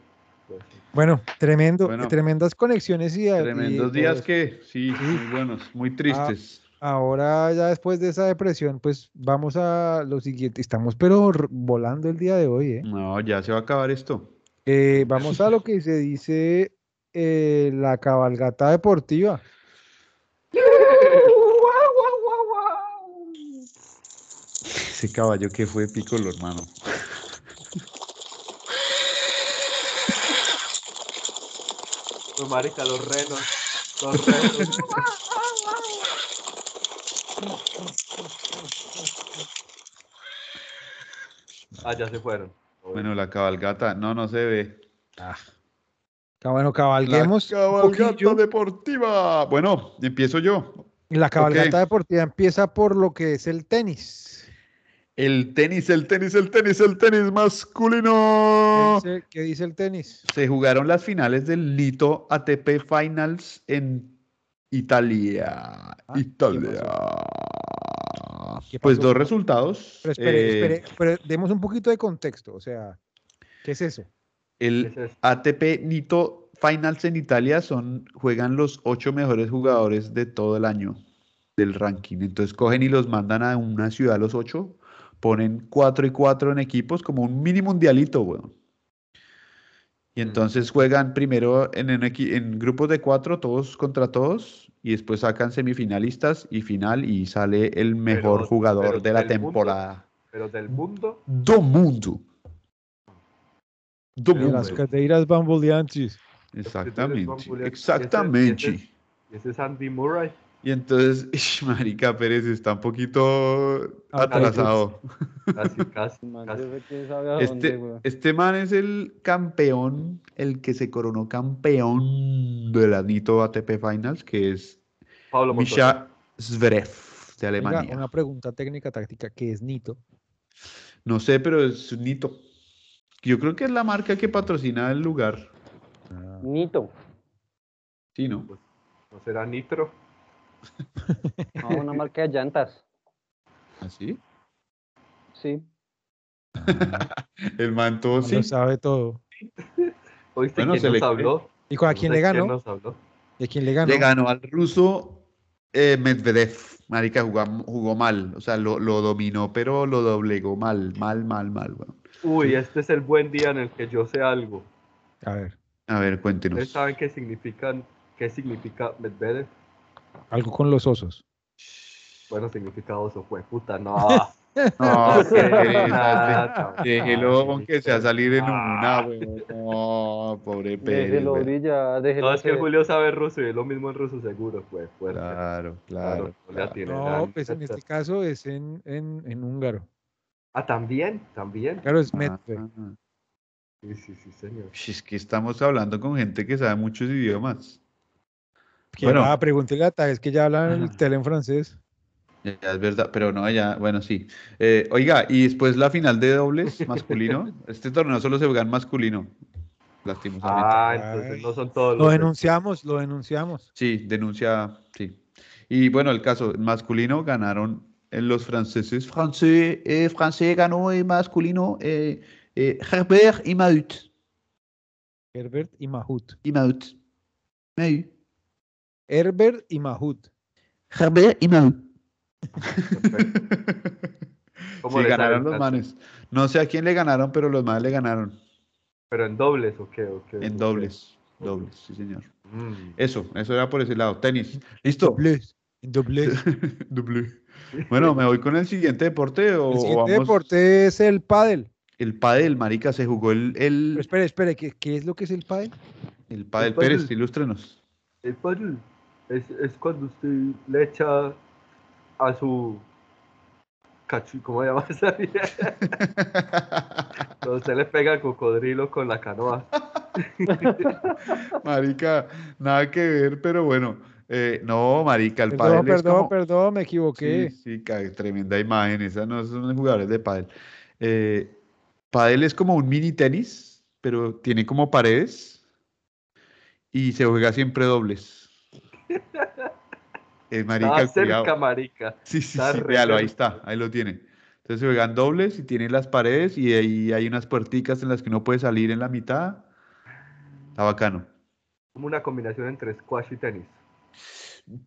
S2: puede ser.
S1: Bueno, tremendo,
S3: Bueno.
S1: tremendas conexiones y y
S3: Tremendos
S1: todo
S3: días
S1: eso.
S3: que, sí, muy buenos, muy tristes.
S1: Ahora ya después de esa depresión, pues vamos a lo siguiente. Estamos pero r- volando el día de hoy, ¿eh?
S3: No, ya se va a acabar esto.
S1: Eh, vamos a lo que se dice eh, la cabalgata deportiva.
S3: Ese caballo que fue Piccolo, hermano.
S2: Pues, marica, los renos. Los renos. Ah, ya se fueron.
S3: Bueno, la cabalgata, no, no se ve. Ah,
S1: Ca- Bueno,
S3: la
S1: cabalguemos. un
S3: cabalgata
S1: poquillo.
S3: deportiva. Bueno, empiezo yo.
S1: La cabalgata deportiva empieza por lo que es el tenis.
S3: El tenis, el tenis, el tenis, el tenis masculino.
S1: Ese- ¿Qué dice el tenis?
S3: Se jugaron las finales del Lito ATP Finals en Italia.
S1: Ah, ¿qué
S3: Italia.
S1: ¿Qué
S3: Pues
S1: pasó?
S3: dos resultados.
S1: Pero espere,
S3: Eh,
S1: espere, pero demos un poquito de contexto. O sea, ¿qué es eso?
S3: El
S2: Ese es-
S3: ATP Nito Finals en Italia son, juegan los ocho mejores jugadores de todo el año del ranking. Entonces cogen y los mandan a una ciudad los ocho, ponen cuatro y cuatro en equipos como un mini mundialito, weón. Y
S2: Mm.
S3: entonces juegan primero en, en equi- en grupos de cuatro, todos contra todos, y después sacan semifinalistas y final y sale el mejor
S2: Pero-
S3: jugador
S2: pero
S3: de la
S2: del mundo.
S3: temporada.
S2: Pero del mundo.
S3: Do mundo. Do
S2: Pero
S3: mundo.
S2: las
S1: cadeiras bamboleantes.
S3: Exactamente,
S2: bambuleantes.
S3: exactamente.
S2: Ese- y Ese es Andy Murray.
S3: Y entonces, ish, Marica Pérez está un poquito
S1: Ah,
S3: atrasado.
S2: Casi, casi.
S4: Man,
S2: casi.
S4: yo sé que sabe a dónde,
S3: Este,
S4: weón.
S3: este man es el campeón, el que se coronó campeón del Anito ATP Finals, que es
S2: Pablo Montoya.
S3: Misha Zverev de Alemania.
S1: Una pregunta técnica táctica que es Nito.
S3: No sé, pero es un Nito. Yo creo que es la marca que patrocina el lugar.
S4: Nito.
S3: Sí, ¿no?
S2: No será Nitro.
S4: No, una marca de llantas.
S3: ¿Así?
S4: Sí.
S3: El man todo ¿Ah, sí.
S1: Lo sabe todo.
S2: ¿Oíste
S3: Bueno, se
S2: quién nos
S3: le
S2: habló?
S1: ¿Y
S3: Pues
S1: con a quién le
S2: ¿Oíste
S1: ganó?
S2: nos habló?
S1: ¿Y a quién le ganó?
S3: Le ganó al ruso eh, Medvedev. Marica jugó, jugó mal. O sea, lo, lo dominó, pero lo doblegó mal. Mal, mal, mal. weón.
S2: Uy, este es el buen día en el que yo sé algo.
S1: A ver,
S3: A ver,
S2: ¿Ustedes
S3: cuéntenos.
S2: saben qué significan? ¿Qué significa Medvedev?
S1: algo con los osos.
S2: Bueno, significa oso, fue puta, no.
S3: No,
S2: No,
S3: qué pereza,
S2: nada,
S3: de- Déjelo,
S2: Ah, sí,
S3: aunque sea salir en una,
S2: Ah.
S3: weón. No, pobre Pérez.
S4: Déjelo,
S3: weón.
S4: Villa. Déjelo.
S2: No, es que
S4: hacer.
S2: Julio sabe ruso y es lo mismo en ruso seguro, pues, fuerte.
S3: Claro,
S2: Claro,
S3: claro.
S2: no le
S3: claro.
S2: atinarán.
S1: No, pues en este caso es en, en, en húngaro.
S2: Ah, también, también.
S1: Claro, es
S3: Ah,
S1: Medvedev.
S3: ah.
S2: Sí, sí, sí, señor.
S3: Es que estamos hablando con gente que sabe muchos idiomas.
S1: Que
S3: Bueno.
S1: va, pregúntele a Tajes que ya hablan el
S2: Ajá.
S1: tele en francés.
S3: Ya es verdad, pero no, ya, bueno, sí. Eh, oiga, y después la final de dobles masculino. este torneo solo se juega en masculino, lastimosamente.
S2: Ah, entonces no son todos
S1: Lo
S2: los.
S1: denunciamos, lo denunciamos.
S3: Sí, denuncia, sí. Y bueno, el caso en masculino ganaron eh, los franceses. Francés, eh, francés ganó en masculino eh, eh, Herbert y Mahut.
S1: Herbert y Mahut.
S3: Y Mahut. Mahut.
S1: Herbert y Mahut.
S3: Herbert y Mahut.
S2: ¿Cómo
S3: sí,
S2: le sabe
S3: ganaron
S2: el
S3: los
S2: francés?
S3: manes. No sé a quién le ganaron, pero los manes le ganaron.
S2: Pero en dobles, ¿o qué? ¿O qué? ¿O
S3: En
S2: qué?
S3: dobles. Dobles, sí, señor.
S2: Mm.
S3: Eso, eso era por ese lado. Tenis. Listo.
S1: Doblez. Doblez.
S3: Doble. Bueno, me voy con el siguiente deporte o,
S1: El
S3: o
S1: siguiente
S3: vamos-
S1: deporte es el pádel.
S3: El pádel, marica, se jugó el,
S1: Pero
S3: el,
S1: espere, espere, ¿qué, qué es lo que es el pádel?
S3: el pádel.
S1: pues,
S2: el pádel.
S3: Pérez, ilústrenos.
S2: El paddle es, es cuando usted le echa a su cachu, ¿cómo se llama esa mierda? Cuando usted le pega al cocodrilo con la canoa.
S3: Marica, nada que ver, pero bueno. Eh, no, marica, el
S1: Perdón,
S3: pádel es
S1: perdón,
S3: como-
S1: perdón, me equivoqué.
S3: Sí, sí, ca- tremenda imagen. Esas no son jugadores de pádel. Eh, pádel es como un mini tenis, pero tiene como paredes y se juega siempre dobles. Eh, marica,
S2: Estaba cerca,
S3: cuidado.
S2: marica.
S3: Sí, sí,
S2: Está
S3: sí,
S2: re
S3: véalo, ahí
S2: cerca.
S3: está, ahí lo tiene. Entonces se juegan dobles y tienen las paredes y ahí hay unas puerticas en las que uno puede salir en la mitad. Está bacano.
S2: Como una combinación entre squash y tenis.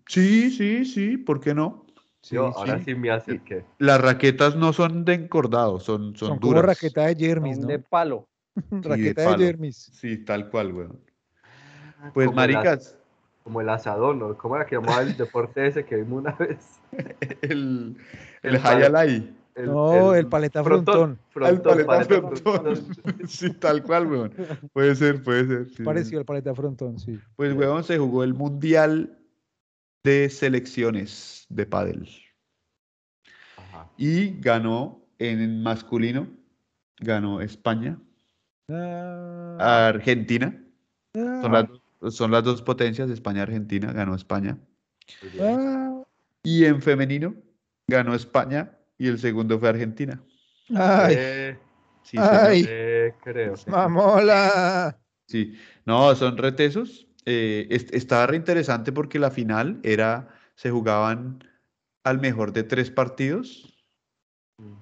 S3: Sí, sí, sí, ¿por qué no? Sí,
S2: Yo
S3: sí.
S2: ahora sí me acerqué.
S3: Las raquetas no son de encordado, son, son,
S1: Son, como
S3: duras.
S1: raqueta de Jermis,
S4: Son
S1: ¿no?
S4: de palo.
S1: raqueta de,
S3: palo.
S1: Jermis.
S3: Sí, tal cual, weón. Pues
S2: Como
S3: maricas,
S2: la- como el asadón, ¿no? ¿Cómo era que llamaba el deporte ese que vimos una vez?
S3: el, el,
S2: el
S3: high
S2: palo.
S3: alai.
S2: el-
S1: No, el paleta frontón.
S3: Al
S2: Frontón, paleta
S3: paletón.
S2: frontón.
S3: sí, tal cual, weón. Puede ser, puede ser. sí, sí.
S1: Parecido al paleta frontón, sí.
S3: Pues, weón, se jugó el Mundial de Selecciones de Padel.
S2: Ajá.
S3: Y ganó en masculino, ganó España,
S1: Ah,
S3: Argentina. Son
S1: ah,
S3: las, son las dos potencias, España-Argentina, ganó España.
S2: Muy bien.
S1: ah,
S3: Y en femenino, ganó España y el segundo fue Argentina.
S1: ah, ay,
S2: Eh,
S3: Sí, señor.
S1: Ay.
S2: eh, creo.
S1: mamola.
S3: Sí, no, son retesos. Eh, es- estaba re interesante porque la final era, se jugaban al mejor de tres partidos.
S2: Mm.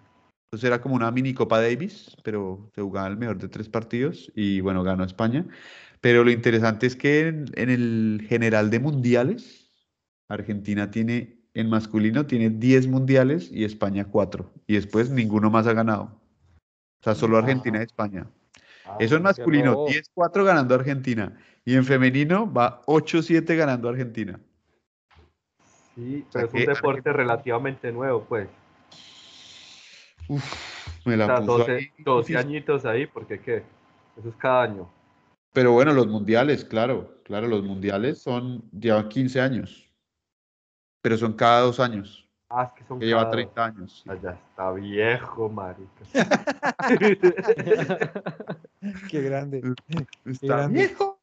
S3: Entonces era como una mini Copa Davis, pero se jugaba al mejor de tres partidos y bueno, ganó España. Pero lo interesante es que en, en el general de mundiales, Argentina tiene, en masculino tiene 10 mundiales y España 4. Y después ninguno más ha ganado. O sea, solo Argentina y España.
S2: Ah,
S3: Eso en
S2: qué
S3: masculino,
S2: robo.
S3: 10-4 ganando Argentina. Y en femenino va 8-7 ganando Argentina.
S2: Sí, pero
S3: sea,
S2: es un
S3: que-
S2: deporte relativamente nuevo, pues.
S3: Uf, me
S2: O
S3: la
S2: sea,
S3: puso
S2: 12,
S3: ahí
S2: 12
S3: difícil.
S2: añitos ahí, porque qué. Eso es cada año.
S3: Pero bueno, los mundiales, claro, claro, los mundiales son, llevan 15 años. Pero son cada dos años,
S2: Ah, es que son
S3: que lleva
S2: cada-
S3: 30 años. sí.
S2: Ah, ya está viejo, marica.
S1: Qué grande.
S3: Está
S1: grande.
S3: viejo.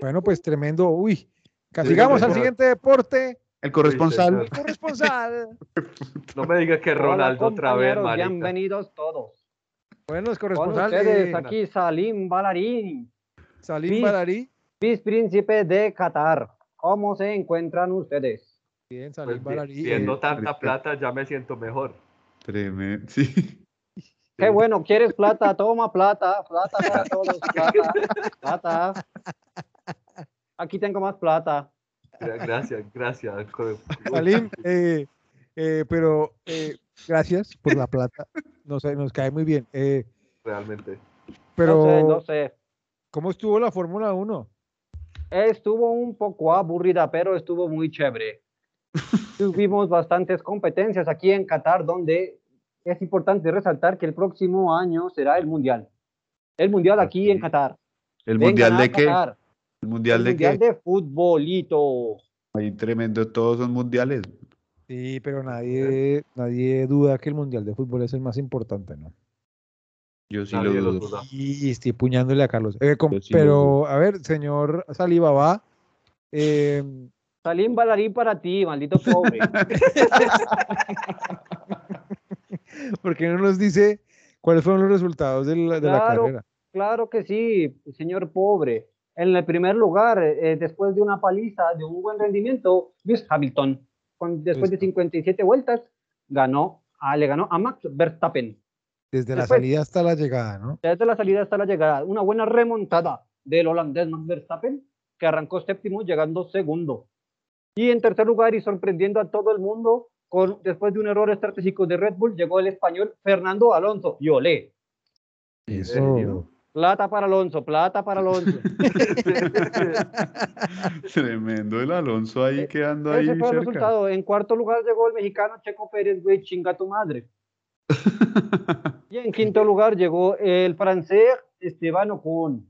S1: Bueno, pues tremendo. Uy, sigamos al
S2: señor.
S1: siguiente deporte.
S3: El
S2: Sí,
S3: corresponsal.
S2: señor.
S1: Corresponsal.
S2: No me diga que
S4: Hola,
S2: Ronaldo otra vez,
S4: compañeros,
S2: marica.
S4: Bienvenidos todos.
S1: Bueno, los
S4: Con
S1: corresponsales.
S4: ustedes
S1: Salim
S4: aquí Salim Balarín,
S1: Salim
S4: Sí.
S1: Balarí.
S4: vicepríncipe de Qatar. ¿Cómo se encuentran ustedes?
S1: Bien,
S2: Pues,
S1: Salim
S2: vi-
S1: Balarí.
S2: viendo
S3: eh,
S2: tanta
S3: perfecto.
S2: plata, ya me siento mejor.
S3: Tremendo. Sí.
S4: Qué bueno, ¿quieres plata? Toma plata, plata para todos, plata, plata. Aquí tengo más plata.
S2: Gra- Gracias, gracias.
S1: Salim, eh, eh, pero eh, gracias por la plata. Nos, nos cae muy bien. Eh,
S2: Realmente.
S1: pero,
S4: No sé, no sé.
S1: ¿cómo estuvo la Fórmula 1?
S4: Estuvo un poco aburrida, pero estuvo muy chévere. Tuvimos bastantes competencias aquí en Qatar, donde es importante resaltar que el próximo año será el Mundial. El Mundial aquí en
S3: Ok.
S4: Qatar.
S3: ¿El
S4: Vengan
S3: mundial
S4: a
S3: de qué?
S4: Qatar.
S3: ¿El
S4: El
S3: mundial de
S4: Mundial
S3: qué?
S4: de futbolito.
S3: Ahí tremendo, todos son mundiales.
S1: Sí, pero nadie, nadie duda que el Mundial de Fútbol es el más importante, ¿no?
S3: Yo sí
S2: Nadie lo
S3: lo dudo.
S2: duda.
S1: Y estoy puñándole a Carlos. Eh, com-
S3: Yo sí lo
S1: pero, a ver, señor Salibaba, eh,
S4: Salim Balarín para ti, maldito pobre.
S1: ¿por qué no nos dice cuáles fueron los resultados de la, de la
S4: Claro.
S1: carrera?
S4: claro que sí, señor pobre. En el primer lugar, eh, después de una paliza, de un buen rendimiento, Luis Hamilton, con, después de
S1: Listo.
S4: 57 vueltas, ganó, ah, le ganó a Max Verstappen.
S1: Desde la
S4: Después.
S1: salida hasta la llegada, ¿no?
S4: Desde la salida hasta la llegada, una buena remontada del holandés Max Verstappen, que arrancó séptimo, llegando segundo. Y en tercer lugar, y sorprendiendo a todo el mundo, con, después de un error estratégico de Red Bull, llegó el español Fernando Alonso. Y olé,
S1: Eso.
S4: plata para Alonso, plata para Alonso.
S3: Tremendo el Alonso ahí
S4: E-
S3: quedando ahí
S4: Ese fue el
S3: cerca.
S4: resultado. En cuarto lugar llegó el mexicano Checo Pérez, güey, chinga tu madre. Y en quinto lugar llegó el francés Esteban Ocon.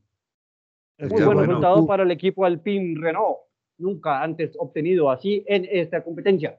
S4: Muy
S3: Ya,
S4: buen
S3: bueno.
S4: resultado para el equipo Alpine Renault. Nunca antes obtenido así en esta competencia.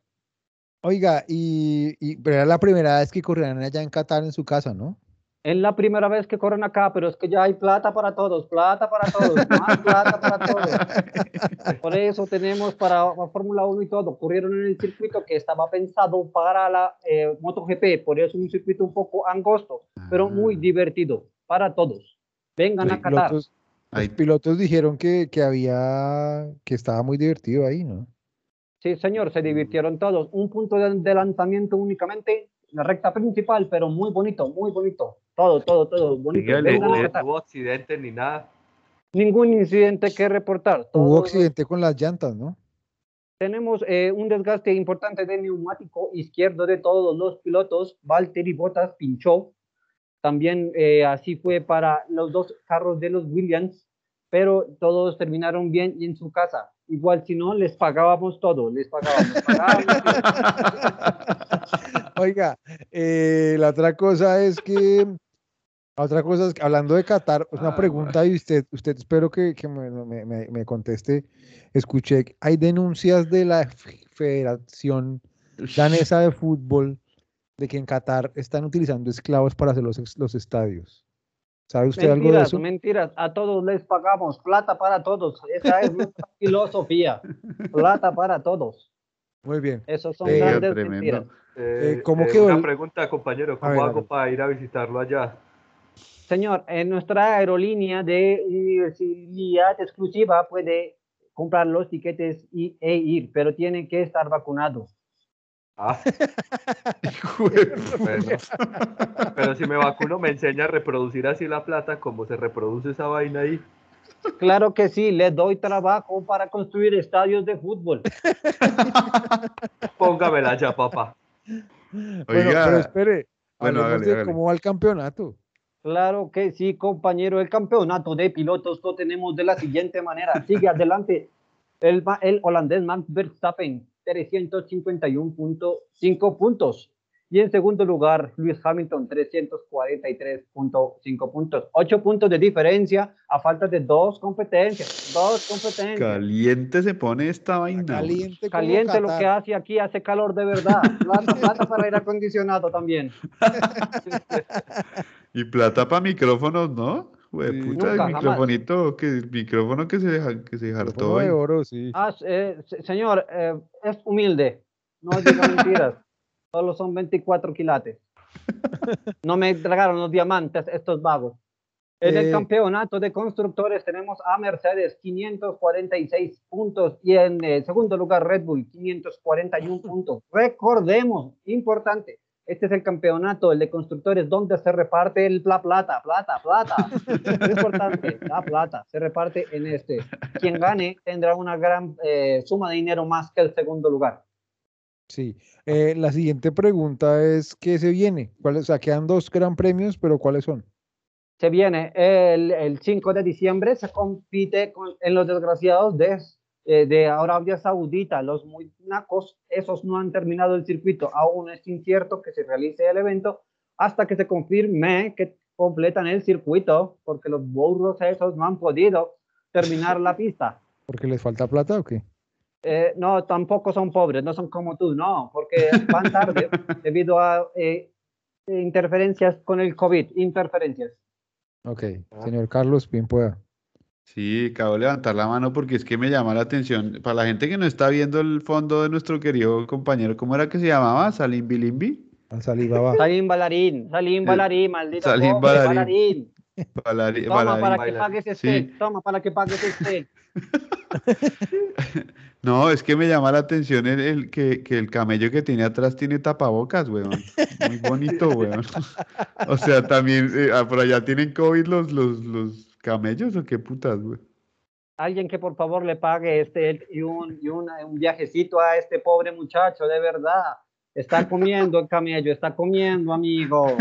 S1: Oiga, y, y- pero era la primera vez que corrían allá en Qatar en su casa, ¿no?
S4: Es la primera vez que corren acá, pero es que ya hay plata para todos, plata para todos, más plata para todos. Por eso tenemos para la Fórmula 1 y todo. Corrieron en el circuito que estaba pensado para la eh, MotoGP, por eso un circuito un poco angosto. pero muy
S3: Ah,
S4: divertido para todos. Vengan
S3: Sí,
S4: a
S1: Los
S4: Qatar.
S1: pilotos- los
S3: ahí-
S1: pilotos dijeron que, que había, que estaba muy divertido ahí, ¿no?
S4: Sí, señor, se divirtieron todos. Un punto de de lanzamiento únicamente, la recta principal, pero muy bonito, muy bonito. Todo, todo, todo bonito.
S3: Oiga, le-
S2: No
S4: Vengan a
S2: hubo-
S4: Qatar.
S2: no Eh, hubo accidente ni nada.
S4: Ningún incidente que reportar.
S1: Hubo
S4: Todo-
S1: accidente con las llantas, ¿no?
S4: Tenemos eh, un desgaste importante de neumático izquierdo de todos los pilotos. Valtteri Bottas pinchó. También eh, así fue para los dos carros de los Williams, pero todos terminaron bien y en su casa. Igual si no, les pagábamos todo, les pagábamos. pagábamos.
S1: Oiga, eh, la otra cosa es que, la otra cosa es que, hablando de Qatar, es una
S3: Ah,
S1: pregunta y usted, usted espero que, que me, me- me- me conteste. Escuché, que hay denuncias de la F- Federación Danesa de Fútbol de que en Qatar están utilizando esclavos para hacer los, ex- los estadios. ¿Sabe usted algo de
S4: Mentiras,
S1: eso?
S4: mentiras. A todos les pagamos. Plata para todos. Esa es nuestra filosofía. Plata para todos.
S1: Muy bien.
S4: Esos son
S1: Pero
S4: grandes
S3: tremendo.
S4: mentiras.
S1: Eh, ¿cómo quedó
S2: una
S1: el-
S2: pregunta, compañero,
S1: ver,
S2: ¿cómo hago
S1: dale.
S2: para ir a visitarlo allá?
S4: Señor, en nuestra aerolínea de universidad exclusiva puede comprar los tiquetes y, e ir, pero tienen que estar vacunados.
S2: Ah,
S3: Hijo de puta.
S2: bueno. Pero si me vacuno, me enseña a reproducir así la plata, como se reproduce esa vaina ahí.
S4: Claro que sí, les doy trabajo para construir estadios de fútbol.
S2: Póngamela ya, papá.
S1: Bueno,
S3: Oiga,
S1: pero espere,
S3: bueno,
S1: hablemos
S3: hágale,
S1: de
S3: hágale.
S1: cómo va el campeonato.
S4: Claro que sí, compañero. El campeonato de pilotos lo tenemos de la siguiente manera. Sigue adelante el, ma- el holandés Max Verstappen, 351.5 puntos. Y en segundo lugar, Lewis Hamilton, 343.5 puntos. 8 puntos de diferencia a falta de dos competencias. Dos competencias.
S3: caliente se pone esta vaina.
S1: Caliente, como
S4: Caliente lo que
S1: Qatar.
S4: hace aquí, hace calor de verdad. Plata, plata para aire acondicionado también.
S3: Y plata para micrófonos, ¿no? Güey,
S1: Sí.
S3: puta,
S4: Nunca,
S3: el
S4: jamás.
S3: microfonito, que, el micrófono que se, ja- que se
S1: Teléfono
S3: hartó
S1: de
S3: ahí.
S1: oro, sí.
S4: Ah, eh, se- señor, eh, es humilde. No diga mentiras. Solo son 24 quilates. No me entregaron los diamantes estos vagos. En el
S1: Eh.
S4: campeonato de constructores tenemos a Mercedes 546 puntos y en eh, segundo lugar Red Bull 541 puntos. Recordemos, importante, este es el campeonato, el de constructores, donde se reparte el- la plata, plata, plata. importante, la plata se reparte en este quien gane tendrá una gran eh, suma de dinero más que el segundo lugar.
S1: Sí. Eh, la siguiente pregunta es, ¿qué se viene? ¿Cuál, o sea, quedan dos gran premios, pero ¿cuáles son?
S4: Se viene el, el 5 de diciembre, se compite con, en los desgraciados de, eh, de Arabia Saudita. Los muy nacos, esos no han terminado el circuito. Aún es incierto que se realice el evento hasta que se confirme que completan el circuito, porque los burros esos no han podido terminar la pista.
S1: ¿Porque les falta plata o qué?
S4: Eh, no, tampoco son pobres, no son como tú, no, porque van tarde debido a eh, interferencias con el COVID, interferencias.
S1: Ok,
S2: Ah.
S1: señor Carlos, bien pueda.
S3: Sí, acabo de levantar la mano porque es que me llama la atención. Para la gente que no está viendo el fondo de nuestro querido compañero, ¿cómo era que se llamaba? ¿Salimbi Limbi?
S1: Al salir va.
S4: Salim bailarín, Salim bailarín, maldito
S3: Eh, Salim
S4: pobre,
S3: bailarín.
S4: bailarín.
S3: Balari-
S4: Toma
S3: balarín.
S4: para que
S2: bailarín.
S4: pagues
S3: Sí.
S4: este, toma para que pagues este.
S3: No, es que me llama la atención el, el que, que el camello que tiene atrás tiene tapabocas, weón. Muy bonito, weón. O sea, también eh, ah, por allá tienen COVID los, los, los camellos o qué putas, weón.
S4: Alguien que por favor le pague este y un, y un, un viajecito a este pobre muchacho, de verdad. Está comiendo el camello, está comiendo, amigo.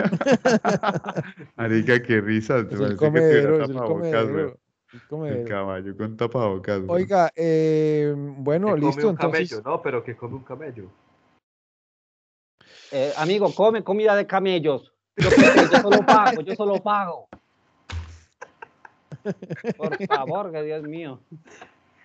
S3: Marica, qué risa. te
S1: Es
S3: parece
S1: el
S3: que tuviera
S1: comedero, es el
S3: tapabocas, weón.
S1: comedero. el
S3: El
S1: comedero.
S3: caballo con tapabocas, weón.
S1: Oiga, eh,
S2: Que
S1: bueno,
S2: come
S1: listo,
S2: un camello,
S1: entonces.
S2: ¿no? Pero que come un camello.
S4: Eh, amigo, come comida de camellos. Yo, yo solo pago, yo solo pago. Por favor, que Dios mío.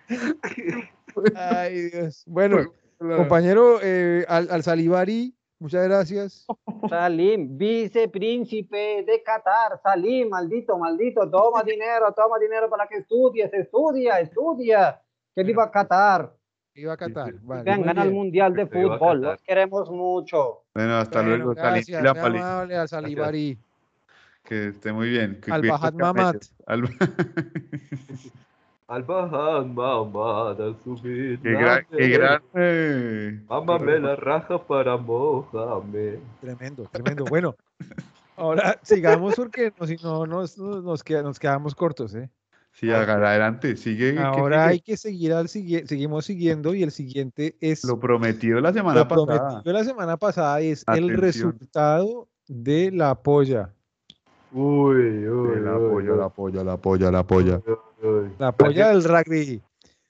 S1: Ay, Dios. Bueno, compañero, eh, al, al Salibari, muchas gracias.
S4: Salim, vicepríncipe de Qatar. Salim, maldito, maldito, toma dinero, toma dinero para que estudies, estudia, estudia. Que viva Qatar.
S1: Iba a Qatar.
S2: sí.
S1: Vale,
S4: Vean,
S1: muy
S4: gana el
S1: bien.
S4: Mundial de
S2: Que viva
S4: Fútbol.
S2: Qatar.
S4: Los queremos mucho.
S3: Bueno, hasta
S1: Bueno,
S3: luego, Salim
S1: gracias,
S3: Pila
S1: muy
S3: Pali.
S1: amable al Salibari.
S3: Que esté muy bien. que
S1: Al
S3: cuide los
S1: Bajat
S3: camellos.
S1: Mamat.
S3: Al-
S2: Al bajar, mamá, al subir.
S3: Qué gran, qué
S2: dame.
S3: gran, eh,
S2: Mámame la raja para mojame.
S1: Tremendo, tremendo. Bueno, ahora sigamos porque no, si no nos, nos, nos queda- nos quedamos cortos, ¿eh?
S3: Sí, hágala, adelante, sigue. ¿qué
S1: Ahora
S3: sigue?
S1: hay que seguir al siguiente, seguimos siguiendo y el siguiente es
S3: Lo prometido la semana
S1: lo
S3: pasada.
S1: prometido la semana pasada y es el
S3: Atención.
S1: resultado de la polla.
S2: Uy, uy.
S3: El
S2: uy,
S3: apoyo,
S2: uy,
S3: el apoyo, el apoyo, el apoyo.
S2: uy, uy.
S1: La polla del rugby.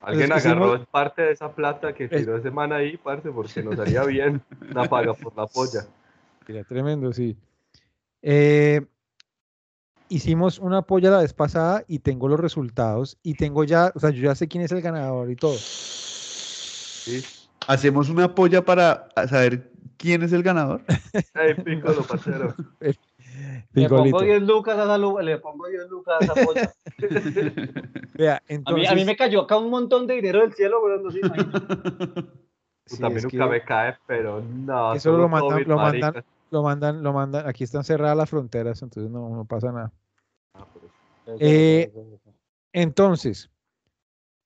S2: Alguien
S1: Pues hicimos-
S2: agarró parte de esa plata que tiró ese man ahí, parce, porque nos haría bien una paga por la polla.
S1: Era tremendo, sí. Eh, hicimos una polla la vez pasada y tengo los resultados y tengo ya, o sea, yo ya sé quién es el ganador y todo.
S3: Hacemos una polla para saber quién es el ganador.
S2: Ay, pícolo, parcero.
S4: Le pongo
S1: Pingolito.
S4: 10 lucas a esa lu- le pongo 10 lucas a esa polla.
S1: Vea,
S4: A mí,
S1: entonces,
S4: a mí me cayó acá un montón de dinero del cielo, weón, no se imaginan.
S1: sí,
S2: Puta, a mí
S1: es que
S2: nunca me cae, pero no.
S1: Eso lo
S2: somos
S1: mandan-
S2: COVID,
S1: lo mandan-
S2: maricas.
S1: lo mandan, lo mandan, aquí están cerradas las fronteras, entonces no, no pasa nada. Eh, Entonces,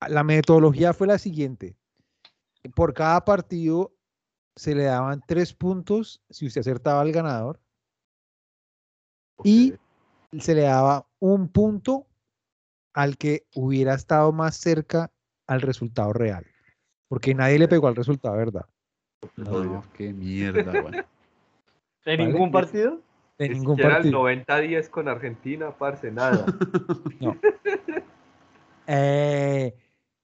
S1: la metodología fue la siguiente. Por cada partido se le daban tres puntos si usted acertaba al ganador y se le daba un punto al que hubiera estado más cerca al resultado real. Porque nadie le pegó al resultado, ¿verdad?
S3: No, qué mierda, güey.
S4: ¿De
S1: vale,
S4: ningún
S1: pues.
S4: partido?
S1: De
S2: Ni
S1: ningún
S2: siquiera
S1: partido.
S2: el 90-10 con Argentina, parce, nada.
S1: Eh,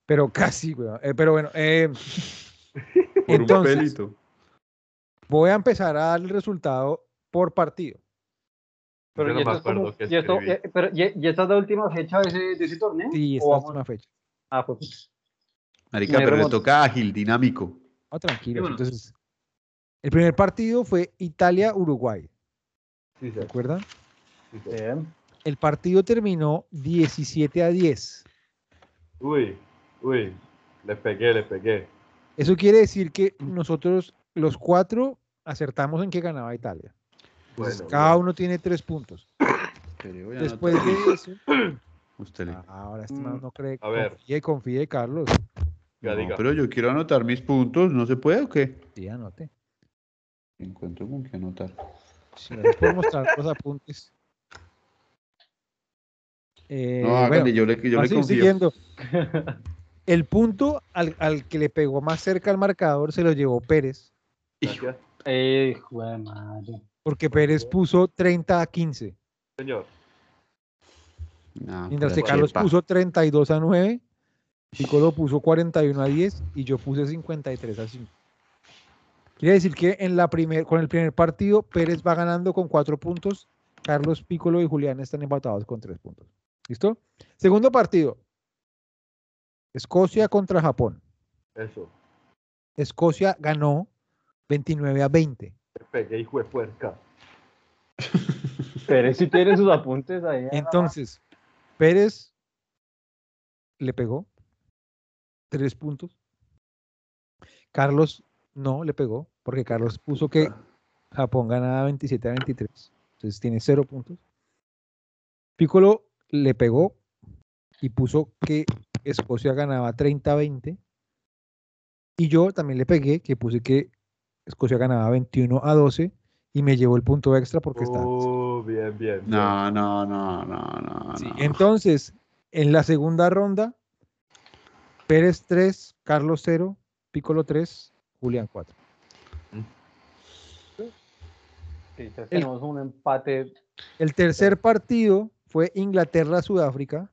S1: pero casi, weón. Eh, pero bueno. eh,
S3: Por un
S1: entonces,
S3: papelito.
S1: voy a empezar a dar el resultado por partido.
S4: Pero,
S2: Yo no
S4: y
S2: me
S4: esto es como-
S2: acuerdo qué
S4: y esto-
S2: escribí.
S4: eh, pero y- y esta es la última fecha de ese, de ese torneo.
S1: Sí, esta
S4: ¿O
S1: es
S4: vamos-
S1: una fecha.
S4: Ah, pues.
S3: Marica,
S4: Me
S3: pero le
S4: remonto.
S3: toca ágil, dinámico.
S1: Ah, tranquilo.
S3: bueno.
S1: Entonces, el primer partido fue Italia-Uruguay,
S2: Sí, sí,
S1: ¿se acuerdan?
S2: sí, sí.
S4: Bien.
S1: El partido terminó 17 a 10.
S2: Uy, uy, le pegué, le pegué.
S1: Eso quiere decir que nosotros, los cuatro, acertamos en que ganaba Italia. Entonces,
S2: Bueno,
S1: Pues cada uno tiene tres puntos. Después de eso,
S3: Usted le-
S1: Ah, ahora este man no cree.
S2: A ver.
S1: Confíe, confíe, Carlos.
S2: Ya
S3: No,
S2: diga.
S3: pero yo quiero anotar mis puntos, ¿no se puede o qué?
S1: Sí, anote.
S3: Encuentro con qué anotar.
S1: Si no les puedo mostrar los apuntes. Eh,
S3: no, hágale,
S1: bueno.
S3: yo le, yo le
S1: Así,
S3: confío.
S1: siguiendo. El punto al, al que le pegó más cerca al marcador se lo llevó Pérez,
S2: Gracias,
S4: Eh, jue madre.
S1: porque Pérez puso 30 a 15,
S2: señor.
S3: No,
S1: mientras que
S3: Ah, pero
S1: Carlos
S3: sepa.
S1: puso 32 a 9, Piccolo puso 41 a 10 y yo puse 53 a 5. Quiere decir que en la primer, con el primer partido Pérez va ganando con 4 puntos, Carlos Piccolo y Julián están empatados con 3 puntos. ¿Listo? Segundo partido. Escocia contra Japón.
S2: Eso.
S1: Escocia ganó 29 a 20.
S2: Le pegué, hijo de puerca.
S4: Pero si tiene sus apuntes ahí.
S1: Eh, Entonces, Pérez le pegó tres puntos. Carlos no le pegó, porque Carlos puso que Japón ganaba 27 a 23. Entonces tiene cero puntos. Piccolo le pegó y puso que Escocia ganaba 30 a 20. Y yo también le pegué, que puse que Escocia ganaba 21 a 12 y me llevó el punto extra porque estaba.
S2: Uh, bien, bien. bien.
S3: No, no, no, no, no.
S1: Sí,
S3: Ah, no.
S1: Entonces, en la segunda ronda, Pérez 3, Carlos 0, Piccolo 3, Julián 4.
S4: Sí, entonces
S1: el-
S4: Tenemos un empate.
S1: El tercer partido fue Inglaterra-Sudáfrica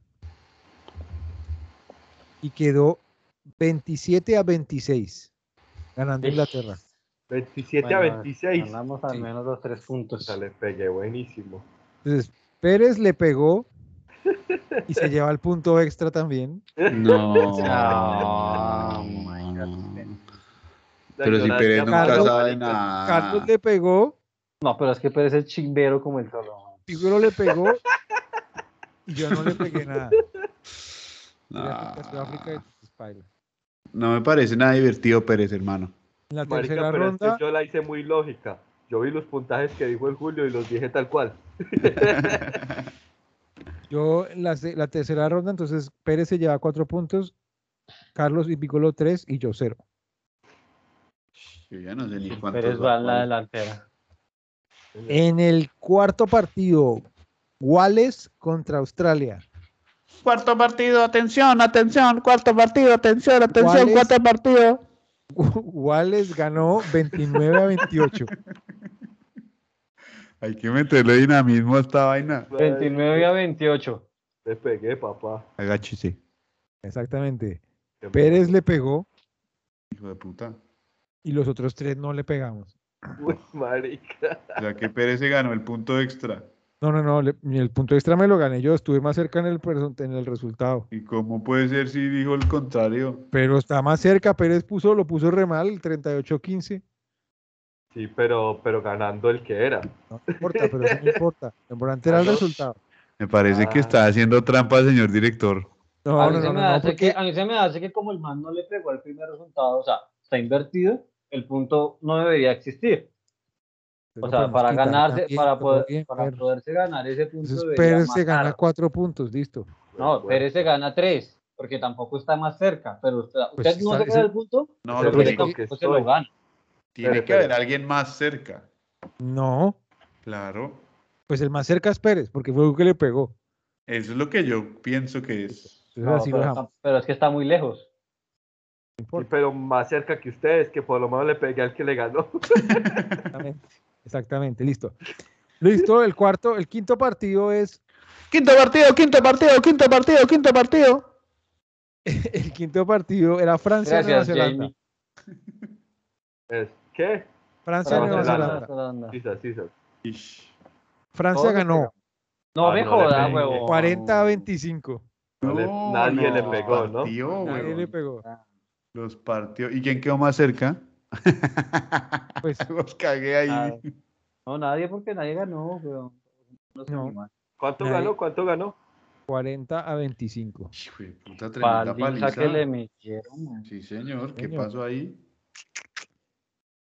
S1: y quedó 27 a 26, ganando
S4: Ish.
S1: Inglaterra.
S2: 27 a
S4: Bueno,
S2: 26.
S4: Ganamos al
S1: Sí.
S4: menos los tres puntos.
S2: Puta, Le pegué, buenísimo.
S1: Entonces, Pérez le pegó y se lleva el punto extra también.
S3: No.
S4: Ah, my
S3: no.
S4: God.
S3: Pero si
S2: Llorar,
S3: Pérez
S2: ya
S3: nunca
S1: Carlos-
S3: sabe
S1: Carlos
S3: nada.
S1: le pegó,
S4: No, pero es que parece chimbero como el solo.
S1: Piccolo le pegó y yo no le pegué nada. Sudáfrica, Sudáfrica,
S3: No,
S1: entonces, paila.
S3: no me parece nada divertido Pérez, hermano.
S1: En la
S2: Marica,
S1: tercera
S2: pero es que
S1: ronda,
S2: yo la hice muy lógica. Yo vi los puntajes que dijo el Julio y los dije tal cual.
S1: yo en la, se- la tercera ronda, entonces Pérez se lleva cuatro puntos, Carlos y Piccolo tres y yo cero.
S3: Yo ya no sé ni cuántos.
S4: Pérez va en la delantera.
S1: En el cuarto partido, Wales contra Australia.
S3: Cuarto partido, atención, atención, cuarto partido, atención,
S1: atención, ¿Cuál es? cuarto
S3: partido.
S1: Wales ganó 29 a 28.
S3: Hay que meterle dinamismo a esta vaina.
S4: 29 a 28.
S2: Le pegué, papá.
S3: Agáchese.
S1: Exactamente.
S2: Le pegué.
S1: Pérez le pegó
S3: Hijo de puta.
S1: y los otros tres no le pegamos.
S2: Uy, marica.
S3: O sea que Pérez se ganó el punto extra.
S1: No, no, no, le- ni el punto extra me lo gané yo, estuve más cerca en el, perso- en el resultado.
S3: ¿Y cómo puede ser si dijo el contrario?
S1: Pero está más cerca, Pérez puso, lo puso re mal, 38-15.
S2: Sí, pero, pero ganando el que era.
S1: No importa, pero eso no importa. Lo importante era el
S2: Ah, no.
S1: resultado.
S3: Me parece que
S2: Ah.
S3: está haciendo trampa el señor director.
S1: No,
S4: a,
S1: no,
S4: mí
S1: no,
S4: se
S1: no,
S4: me
S1: no,
S4: hace
S1: porque-
S4: que, a mí se me hace que como el man no le pegó al primer resultado, o sea, está invertido, el punto no debería existir. O
S1: no
S4: sea,
S1: podemos
S4: para
S1: quitar
S4: ganarse,
S1: también,
S4: para,
S1: como
S4: poder,
S1: bien,
S4: para
S1: Pérez.
S4: poderse ganar ese punto
S1: Entonces
S4: debería
S1: Pérez se gana
S4: matar.
S1: cuatro puntos, listo.
S4: No, Pérez se gana tres, porque tampoco está más cerca, pero usted,
S1: Pues
S4: usted no
S1: está-
S4: se queda
S1: ese-
S4: el punto,
S2: Pero
S3: No, lo que
S2: pues
S4: usted
S3: digo,
S2: con-
S4: tampoco
S2: que
S4: se lo
S2: estoy.
S4: gana.
S3: tiene
S2: pero-
S3: que haber alguien más cerca.
S1: No,
S3: Claro.
S1: pues el más cerca es Pérez, porque fue el que le pegó.
S3: Eso es lo que yo pienso que es.
S1: Entonces
S4: No,
S1: así lo
S4: pero,
S1: dejamos.
S4: está- pero es que está muy lejos.
S2: Sí, pero más cerca que ustedes, que por lo menos le pegué al que le ganó.
S1: Exactamente, exactamente, listo. Listo, el cuarto, el quinto partido es
S3: Quinto partido, quinto partido, quinto partido, quinto partido.
S1: el quinto partido era Francia
S4: Gracias,
S1: Nueva Zelanda.
S4: Jamie.
S2: Es, ¿Qué?
S1: Francia
S2: Francia,
S1: Nueva
S2: Nueva
S1: Zelanda.
S2: Zelanda. Sisa, Sisa.
S1: Francia
S4: Todos
S1: ganó
S4: No
S2: Ah, no le
S4: me jodas,
S2: pegué.
S4: huevón.
S1: 40 a 25.
S2: No le- nadie le pegó, ¿no?
S3: partió,
S1: Nadie
S3: huevón.
S1: le pegó.
S3: Los partió. ¿Y quién quedó más cerca?
S1: Pues
S3: Los cagué ahí.
S4: Ah. No, nadie, porque nadie ganó, weón. Los
S1: No.
S4: animales.
S2: ¿Cuánto
S1: Nadie.
S2: ganó? ¿Cuánto ganó?
S1: 40 a 25.
S3: Hijo de puta, tremenda
S4: Paliza
S3: paliza.
S4: que le metieron, man.
S3: Sí, señor. ¿Qué
S1: Señor.
S3: pasó ahí?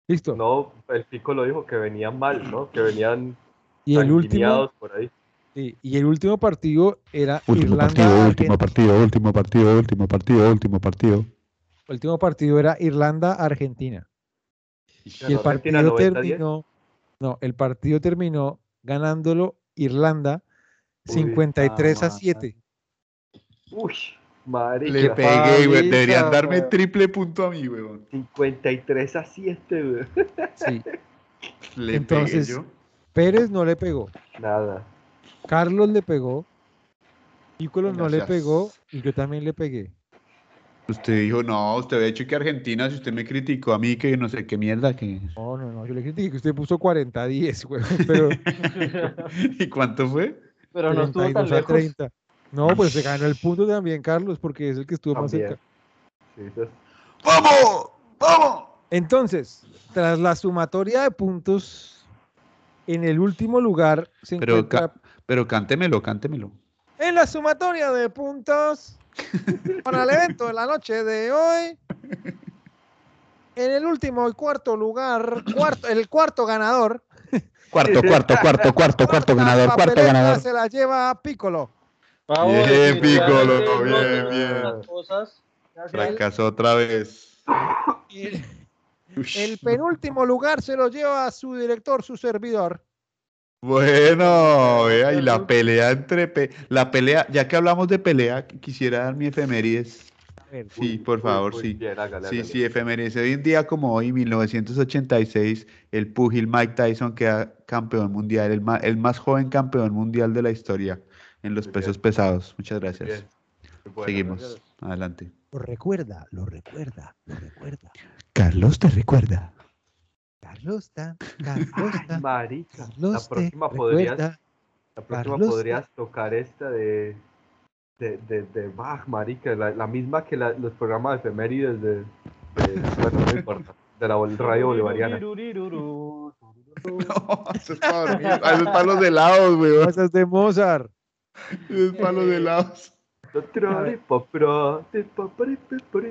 S1: Listo.
S2: No, el pico lo dijo que venían mal, ¿no? Que venían
S1: y el último
S2: sanguineados por ahí.
S1: sí, y el último partido era
S5: Último
S1: Irlanda
S5: partido,
S1: Argen-
S5: último partido, último partido, último partido, último partido.
S1: último partido era Irlanda Argentina. Y el
S2: Ganó Argentina
S1: partido
S2: 90-10.
S1: terminó no, el partido terminó ganándolo Irlanda
S2: Uy,
S1: 53 a
S4: mamá.
S1: 7.
S2: Uy, marica.
S3: Le pegué, güey.
S4: paliza,
S3: Deberían darme
S4: weón.
S3: triple punto a mí, weón.
S2: 53 a 7, güey.
S1: Sí.
S3: Le
S1: Entonces-
S3: pegué yo.
S1: Pérez no le pegó,
S2: Nada.
S1: Carlos le pegó, Nicolás no le
S3: Gracias.
S1: pegó y yo también le pegué.
S3: Usted dijo, no, usted había dicho que Argentina, si usted me criticó a mí, que yo no sé qué mierda, que...
S1: No, no, no, yo le critiqué que usted puso 40 a 10, güey, pero
S3: ¿Y cuánto fue?
S4: Pero no estuvo tan
S1: 32 a
S4: lejos.
S1: 30. No, pues se ganó el punto también, Carlos, porque es el que estuvo más
S2: También.
S1: cerca.
S2: Sí, eso es-
S3: ¡Vamos! ¡Vamos!
S1: Entonces, tras la sumatoria de puntos, en el último lugar se
S3: Pero
S1: encuentra.
S3: Pero cántemelo, cántemelo.
S1: En la sumatoria de puntos para el evento de la noche de hoy. En el último y cuarto lugar, cuarto, el cuarto ganador.
S5: Cuarto, cuarto, cuarto, cuarto, cuarto
S1: cuarta
S5: ganador, cuarto
S1: papeleta
S5: ganador.
S1: Se la lleva Piccolo.
S4: Bravo,
S3: Bien,
S4: definitivamente,
S3: Piccolo,
S4: no
S3: bien,
S4: tenemos
S3: bien.
S4: las cosas. Gracias.
S3: Fracasó otra vez.
S1: El,
S3: Uy,
S1: el penúltimo lugar se lo lleva su director, su servidor.
S3: Bueno, vea, y la pelea entre... pe- la pelea, ya que hablamos de pelea, qu- quisiera dar mi efemérides.
S1: A ver,
S3: Sí,
S2: Uy,
S3: por
S2: uy,
S3: favor,
S2: uy,
S3: sí.
S2: bien, hágale,
S3: Sí,
S2: hágale.
S3: sí, efemérides. Hoy en día, como hoy, 1986, el pugil Mike Tyson queda campeón mundial, el ma- el más, joven campeón mundial de la historia en los
S2: Muy
S3: pesos
S2: bien.
S3: pesados. Muchas gracias.
S2: Bien. Bueno,
S3: Seguimos.
S2: gracias.
S3: Adelante.
S5: Lo recuerda, lo recuerda, lo recuerda.
S3: Carlos te recuerda.
S5: Carlos está, Carlos
S2: Ay, marica. La
S5: Carlos te
S2: próxima podrías
S5: recuerda.
S2: La próxima
S5: Carlos.
S2: podrías tocar esta de, de, de, de Bach, marica, la, la misma que la- los programas de efemérides de, de- bueno, no importa, de la bol- radio bolivariana.
S4: Tururururu, turururu.
S3: No, eso es para dormir. Ah, eso es para los helados, weón.
S1: cosas de Mozart.
S3: Eso es para los helados.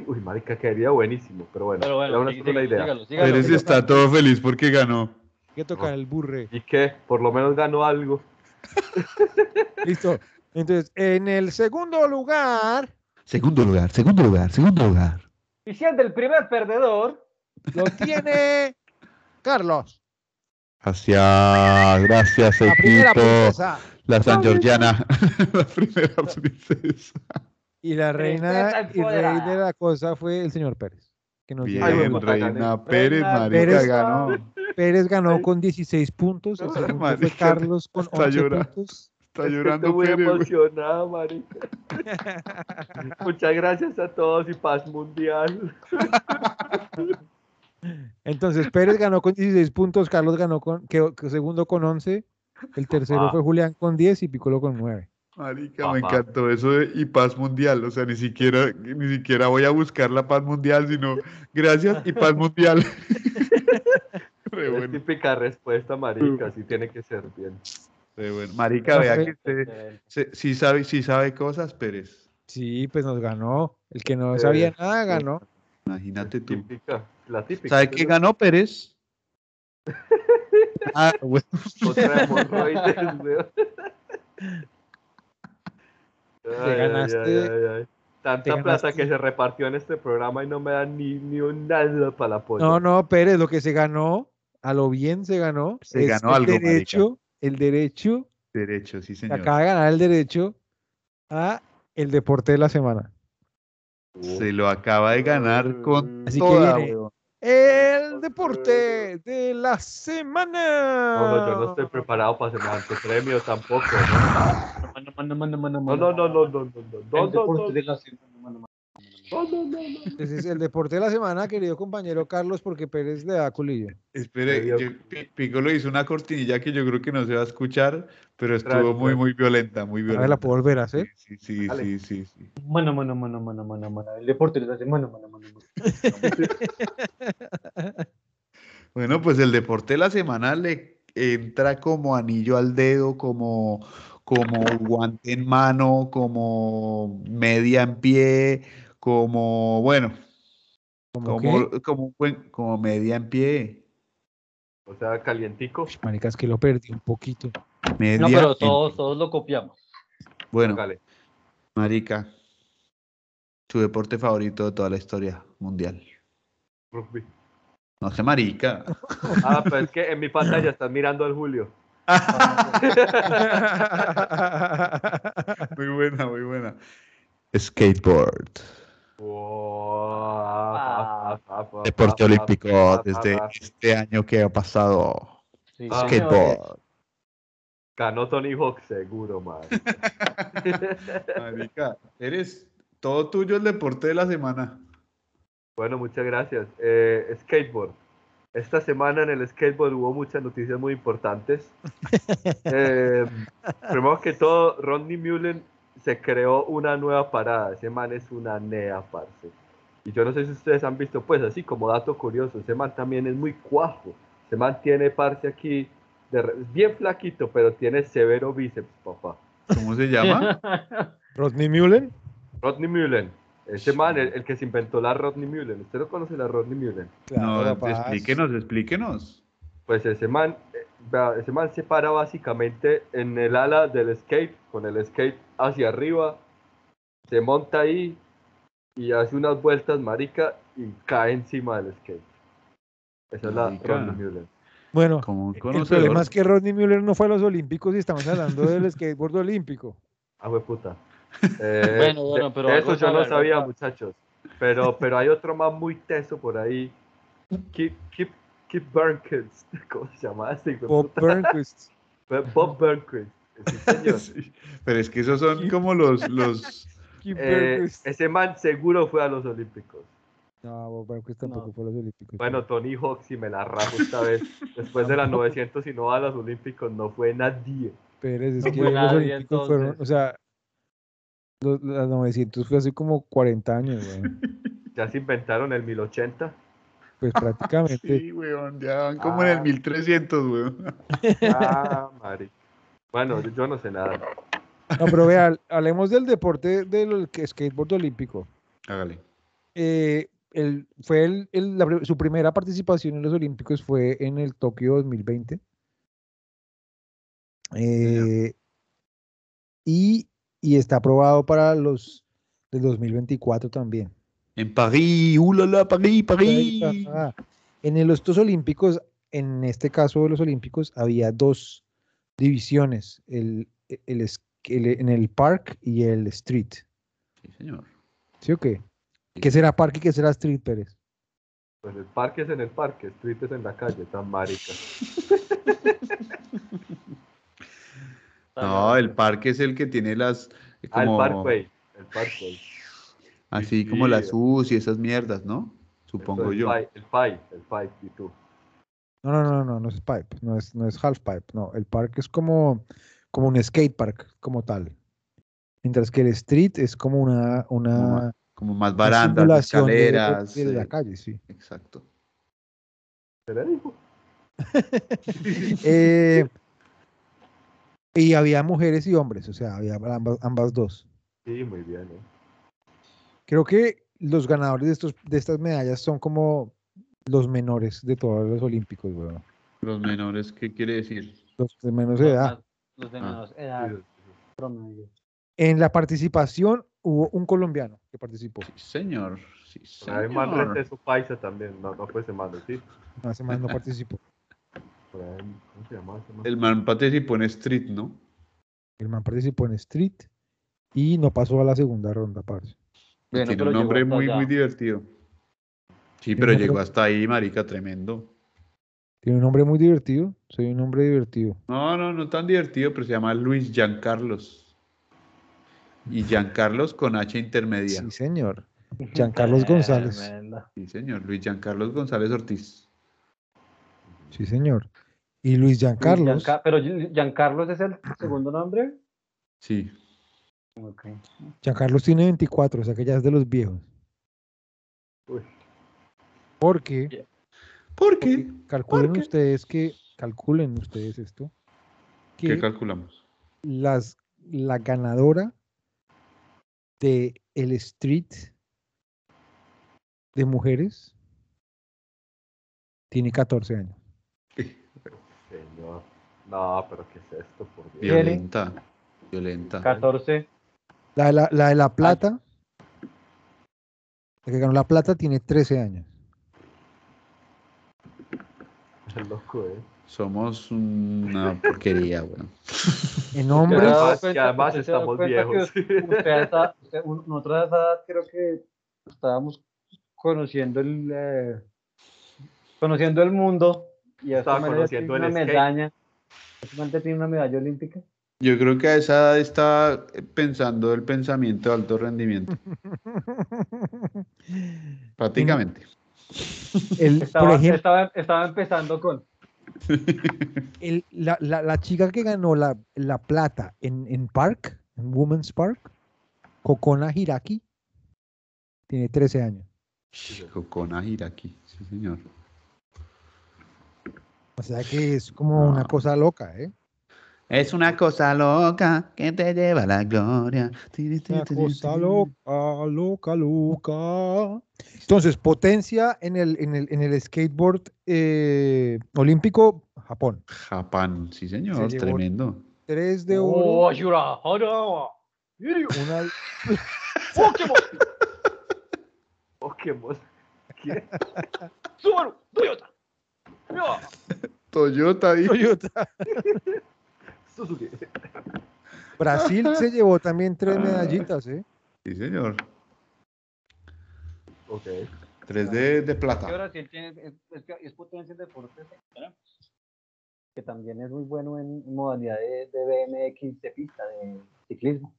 S2: Uy, marica, quedaría buenísimo, pero bueno,
S4: Pero bueno,
S2: era una
S4: sí,
S2: sola
S4: sí,
S2: idea.
S4: sígalo, sígalo,
S3: Pérez
S4: sígalo.
S3: está todo feliz porque ganó.
S1: Hay que tocar el burre.
S2: ¿Y qué? Por lo menos ganó algo.
S1: Listo. Entonces, en el segundo lugar
S5: Segundo lugar, segundo lugar, segundo lugar.
S4: Y siendo el primer perdedor,
S1: lo tiene Carlos.
S5: Gracias, gracias
S1: La primera
S5: equipo.
S1: princesa.
S5: La San Georgiana.
S3: La primera princesa.
S1: Y la
S4: Princesa
S1: reina y rey de
S4: empoderada.
S1: la cosa fue el señor Pérez. Que nos dio-
S2: Ay,
S3: Bien,
S2: bueno,
S3: Reina
S2: gané.
S3: Pérez,
S4: Reina
S3: marica,
S1: Pérez.
S3: ganó.
S1: Pérez ganó con 16 puntos. El
S3: Ay,
S1: segundo fue
S3: marica,
S1: Carlos con
S3: hasta
S1: 11
S3: llora.
S1: puntos.
S3: Está
S2: Estoy
S3: llorando
S2: muy
S3: Pérez,
S1: pues.
S3: weón.
S2: emocionado, marica. Muchas gracias a todos y paz mundial.
S1: Entonces Pérez ganó con 16 puntos, Carlos ganó con que, que segundo con 11, el tercero
S2: Papá.
S1: fue Julián con 10 y Piccolo con 9.
S3: Marica, me
S2: Papá.
S3: encantó eso de y paz mundial. O sea, ni siquiera, ni siquiera voy a buscar la paz mundial, sino gracias y paz mundial. Re
S2: Es
S3: bueno,
S2: típica respuesta, marica, así tiene que ser bien.
S3: re bueno. Marica, vea que usted se- sí, sabe, sí sabe cosas, Pérez.
S1: Sí, pues nos ganó. El que no
S2: Eh,
S1: sabía nada ganó.
S3: Imagínate tú.
S2: Típica, la típica.
S3: ¿Sabe qué ganó Pérez? Ah, bueno.
S2: Otra hemorroides, weón. Ay, ay,
S1: ganaste-
S2: ay, ay, ay. Tanta
S1: te
S2: plata
S1: ganaste-
S2: que se repartió en este programa y no me dan ni, ni un nada para la polla.
S1: No, no, Pérez, lo que se ganó, a lo bien se ganó.
S3: Se ganó
S1: el
S3: algo, marica.
S1: derecho, el derecho,
S3: Derecho, sí,
S1: se
S3: señor.
S1: acaba de ganar el derecho a el deporte de la semana.
S3: Se lo acaba de ganar con
S1: Así que
S3: toda,
S1: viene.
S3: weón.
S1: El deporte de la semana.
S2: No, no, yo no estoy preparado para semejante premio tampoco. ¿no? No, no, no, no, no, no, no, no, no, no,
S1: Ese es el deporte de la semana, querido compañero Carlos, porque Pérez le da culilla.
S3: Espere,
S2: Medio-
S3: yo- Pi- Piccolo hizo una cortinilla que yo creo que no se va a escuchar, pero estuvo
S2: Tras,
S3: muy,
S2: tras.
S3: muy violenta, muy
S1: Ahora la
S3: violenta.
S1: puedo volver a hacer.
S3: Sí, sí,
S2: Dale.
S3: sí, sí, sí.
S4: Mano, mano, mano, mano, mano, mano. El deporte de la semana, mano, mano, mano.
S3: Bueno, pues el deporte de la semana le entra como anillo al dedo, como, como guante en mano, como media en pie, como, bueno,
S1: ¿Cómo
S3: como,
S1: qué?
S3: como, un buen- como media en pie.
S2: O sea, calientico.
S1: Ush, Marica, es que lo perdí un poquito.
S4: No,
S3: Media
S4: pero
S3: en-
S4: todos, todos lo copiamos.
S3: Bueno,
S2: Dale.
S3: Marica, tu deporte favorito de toda la historia mundial.
S2: Rugby.
S3: No sé, marica.
S2: Ah, pero es que en mi pantalla están mirando al Julio.
S3: Muy buena, muy buena. Skateboard.
S2: Oh, ah, Wow. ah,
S5: Deporte
S4: Ah,
S5: olímpico desde este año que ha pasado.
S4: Sí,
S2: Ah.
S4: eh.
S5: Skateboard.
S2: Ganó Tony Hawk, seguro, madre.
S3: Marica, eres todo tuyo el deporte de la semana.
S2: Bueno, muchas gracias. Eh, skateboard. Esta semana en el skateboard hubo muchas noticias muy importantes. Eh, primero que todo, Rodney Mullen se creó una nueva parada. Ese man es una nea, parce. Y yo no sé si ustedes han visto, pues así como dato curioso, ese man también es muy cuajo. Se mantiene parce aquí, de re- es bien flaquito, pero tiene severo bíceps, papá.
S3: ¿Cómo se llama?
S1: Rodney Mullen.
S2: Rodney Mullen. Ese man, el, el que se inventó la Rodney Mullen. ¿Usted no conoce la Rodney Mullen?
S3: No,
S1: Claro, papás.
S3: explíquenos, explíquenos.
S2: pues ese man, eh, vea, ese man se para básicamente en el ala del skate, con el skate hacia arriba, se monta ahí y hace unas vueltas, marica, y cae encima del skate. Esa es la
S3: Marica.
S2: Rodney Mullen.
S1: Bueno,
S3: Como un
S1: el
S3: conocedor.
S1: problema es que Rodney Mullen no fue a los Olímpicos y estamos hablando del skateboard olímpico.
S2: Ah, puta. Eh,
S4: Bueno,
S2: de-
S4: bueno, pero
S2: de
S4: algo
S2: eso yo no
S4: sabe, algo
S2: sabía,
S4: sabe.
S2: muchachos. Pero, pero hay otro más muy teso por ahí. Keep, keep, keep Burnquist. ¿Cómo se llama este hijo de
S1: Bob
S2: puta?
S1: Burnquist.
S2: Bob Burnquist. Sí, señor.
S3: Sí, Pero es que esos son como los, los...
S1: Keith
S2: Eh,
S1: Burnquist.
S2: ese man seguro fue a los Olímpicos.
S1: No, Bob Burnquist tampoco
S4: No.
S1: fue a los Olímpicos.
S2: Bueno, Tony Hawk, si me la rajo esta vez, después de las 900 y no a los Olímpicos, no fue nadie.
S1: Pérez, es
S4: No
S1: que
S4: fue
S1: los
S4: nadie,
S1: Olímpicos fueron,
S4: entonces.
S1: o sea, los, las 900 fue hace como 40 años, weón.
S2: Ya se inventaron el 1080.
S1: pues prácticamente.
S3: Sí, weón, ya van como en el
S2: Ah.
S3: 1300, weón.
S2: Ah, mari. Bueno, yo, yo no sé nada.
S1: No, pero vea, hablemos del deporte del que- skateboard olímpico.
S3: Hágale.
S1: Eh, el- fue el- el- la pri- su primera participación en los Olímpicos fue en el Tokio 2020. Eh, y, y está aprobado para los del 2024 también.
S3: En París, ulala, París, París.
S1: Ah, En el- los dos olímpicos, en este caso de los olímpicos, había dos divisiones, el, el es- el- en el park y el street.
S3: Sí, señor.
S1: ¿Sí o qué? ¿Qué será park y qué será street, Pérez?
S2: Pues el parque es en el parque, street es en la calle, tan marica.
S3: No, el parque es el que tiene las... eh,
S2: Ah, el
S3: como-
S2: parkway. El parkway.
S3: Así
S2: Sí,
S3: como
S2: sí.
S3: las U's y esas mierdas, ¿no? supongo
S2: Eso es
S3: yo.
S2: Pipe, el pipe, el pipe, y tú.
S1: No, no, no, no, no es pipe, no es, no es half pipe, no. El parque es como, como un skate park, como tal. Mientras que el street es como una, una,
S3: Como
S1: una
S3: Como más barandas, más
S1: simulación de- de-
S3: escaleras.
S1: de la
S3: eh,
S1: calle, sí.
S3: Exacto.
S2: ¿Se le dijo?
S1: Eh, y había mujeres y hombres, o sea, había ambas, ambas dos.
S2: Sí, muy bien. ¿eh?
S1: Creo que los ganadores de, estos, de estas medallas son como los menores de todos los olímpicos, weón.
S3: Los menores, ¿qué quiere decir?
S1: Los de menos edad.
S4: Los de
S3: Ah.
S4: menos edad.
S2: Sí,
S6: promedio.
S1: En la participación hubo un colombiano que participó.
S3: Sí, señor. Sí,
S2: Hay más
S3: señor.
S2: de su paisa también, no, no fue ese mando, sí.
S1: No, hace más no participó.
S2: Por ahí, ¿Cómo se llamaba ese man?
S3: El man participó en Street, ¿no?
S1: El man participó en Street y no pasó a la segunda ronda, parce.
S4: Bueno,
S3: Tiene
S4: pero
S3: un
S4: llegó
S3: nombre
S4: hasta
S3: muy, muy
S4: allá.
S3: divertido. Sí, pero
S1: no
S3: llegó
S1: creo-
S3: hasta ahí, marica, tremendo.
S1: Tiene un nombre muy divertido. Soy un hombre divertido.
S3: No, no, no tan divertido, pero se llama Luis Giancarlos. Y Giancarlos con H intermedia.
S1: Sí, señor.
S3: Ah,
S1: Giancarlos González.
S4: Tremendo.
S3: Sí, señor. Luis Giancarlos González Ortiz.
S1: Sí, señor. Y Luis Giancarlos.
S4: Gianca- pero Gi- Giancarlos es el segundo nombre.
S3: Sí.
S4: Ok.
S1: Giancarlos tiene 24, o sea que ya es de los viejos.
S2: Uy.
S1: Porque
S3: ¿Por qué?
S1: calculen
S3: ¿Por qué?
S1: ustedes que, calculen ustedes esto,
S3: ¿Qué
S1: que
S3: calculamos?
S1: las, la ganadora de el street de mujeres tiene 14 años.
S2: Señor. No, pero ¿qué es esto, por Dios?
S4: Bien.
S3: Violenta. Violenta.
S4: 14.
S1: La de la, la, de la plata, la que ganó la plata tiene 13 años.
S2: Qué loco, ¿eh?
S3: Somos una porquería, weón.
S1: En
S2: Que
S1: hombres,
S4: Pero-
S2: además,
S4: cuenta-
S2: que además
S4: usted se da
S2: estamos
S4: cuenta que
S2: viejos.
S4: Usted a esa- usted- un- nosotros a esa edad creo que estábamos conociendo el eh, conociendo el mundo y a
S2: Estaba
S4: esta manera
S2: conociendo
S4: tiene
S2: el
S4: una
S2: skate.
S4: medalla. Esta manera tiene una medalla olímpica.
S3: Yo creo que a esa edad está pensando el pensamiento de alto rendimiento, prácticamente.
S1: el- por
S4: Estaba,
S1: ejemplo,
S4: estaba, estaba empezando con
S1: el- la, la- la chica que ganó la, la plata en, en Park, en Women's Park, Kokona Hiraki, tiene 13 años.
S3: Con Hiraki, sí señor.
S1: O sea que es como una
S3: No.
S1: cosa loca, ¿eh?
S5: Es una cosa loca que te lleva a la gloria. Tiri, tiri,
S1: Una
S5: tiri,
S1: cosa
S5: tiri.
S1: loca, loca, loca. Entonces, potencia en el, en el, en el skateboard eh, olímpico, Japón.
S3: Japón, sí señor,
S1: llevó-
S3: tremendo.
S1: Tres de oro,
S4: Oh, Yura, Hara, Yuri,
S1: una,
S4: Pokémon,
S2: Pokémon. ¿Qué?
S4: Subaru, Toyota. Mira,
S3: Toyota, dijo.
S2: Suzuki.
S1: Brasil se llevó también
S2: Ah.
S1: tres medallitas, ¿eh?
S3: Sí señor.
S2: Ok.
S3: Tres de, de
S4: Es que
S3: plata.
S4: Brasil tiene, es, es que es potencia en deportes, ¿eh? que también es muy bueno en modalidad de, de BMX de pista, de ciclismo.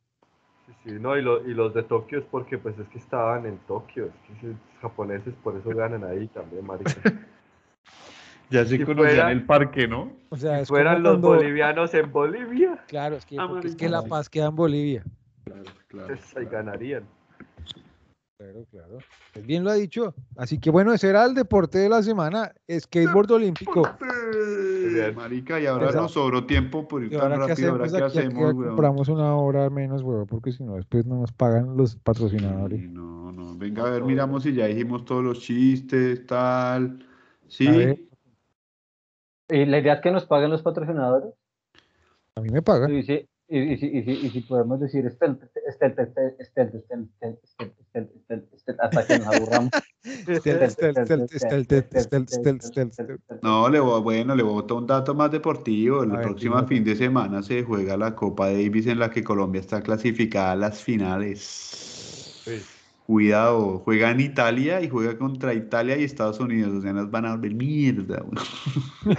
S2: Sí, sí, no, y, lo- y los de Tokio es porque pues es que estaban en Tokio. Es que esos japoneses por eso ganan ahí también, marica.
S3: Ya se
S2: Si
S3: conocían
S2: fuera-
S3: el parque, ¿no?
S1: O sea, es como
S2: Fueran los
S1: cuando-
S2: bolivianos en Bolivia.
S1: Claro, es que,
S2: Ah,
S1: porque es
S2: marica.
S1: que La Paz queda en Bolivia.
S3: Claro.
S2: Pues ahí ganarían.
S1: Claro, claro. Pues bien lo ha dicho. Así que bueno, ese era el deporte de la semana, skateboard olímpico.
S2: bien.
S3: Marica, y ahora
S1: Esa.
S3: nos sobró tiempo por ir
S1: Y
S3: tan
S1: ahora que
S3: rápido. Ahora
S1: hacemos aquí,
S3: qué
S1: aquí
S3: hacemos, weón.
S1: compramos una hora menos, huevón, porque si no después no nos pagan los patrocinadores.
S3: Sí, No, no. Venga, a ver, miramos si ya dijimos todos los chistes, tal. Sí.
S1: A ver.
S4: Y la idea es que nos paguen los patrocinadores.
S1: A mí me pagan.
S4: Y si, y, y si, y si, y si podemos decir estel, estel, estel, estel, estel, estel, estel, estel, estel, estel, hasta que nos aburramos.
S1: Estel, estel, estel, estel, estel, estel, estel, estel, estel.
S3: No, le voy, bueno, le voy a botar un dato más deportivo. El
S1: A ver,
S3: próximo
S1: dígame.
S3: fin de semana se juega la Copa Davis en la que Colombia está clasificada a las finales. Cuidado, juega en Italia y juega contra Italia y Estados Unidos. O sea, nos van a volver mierda. güey.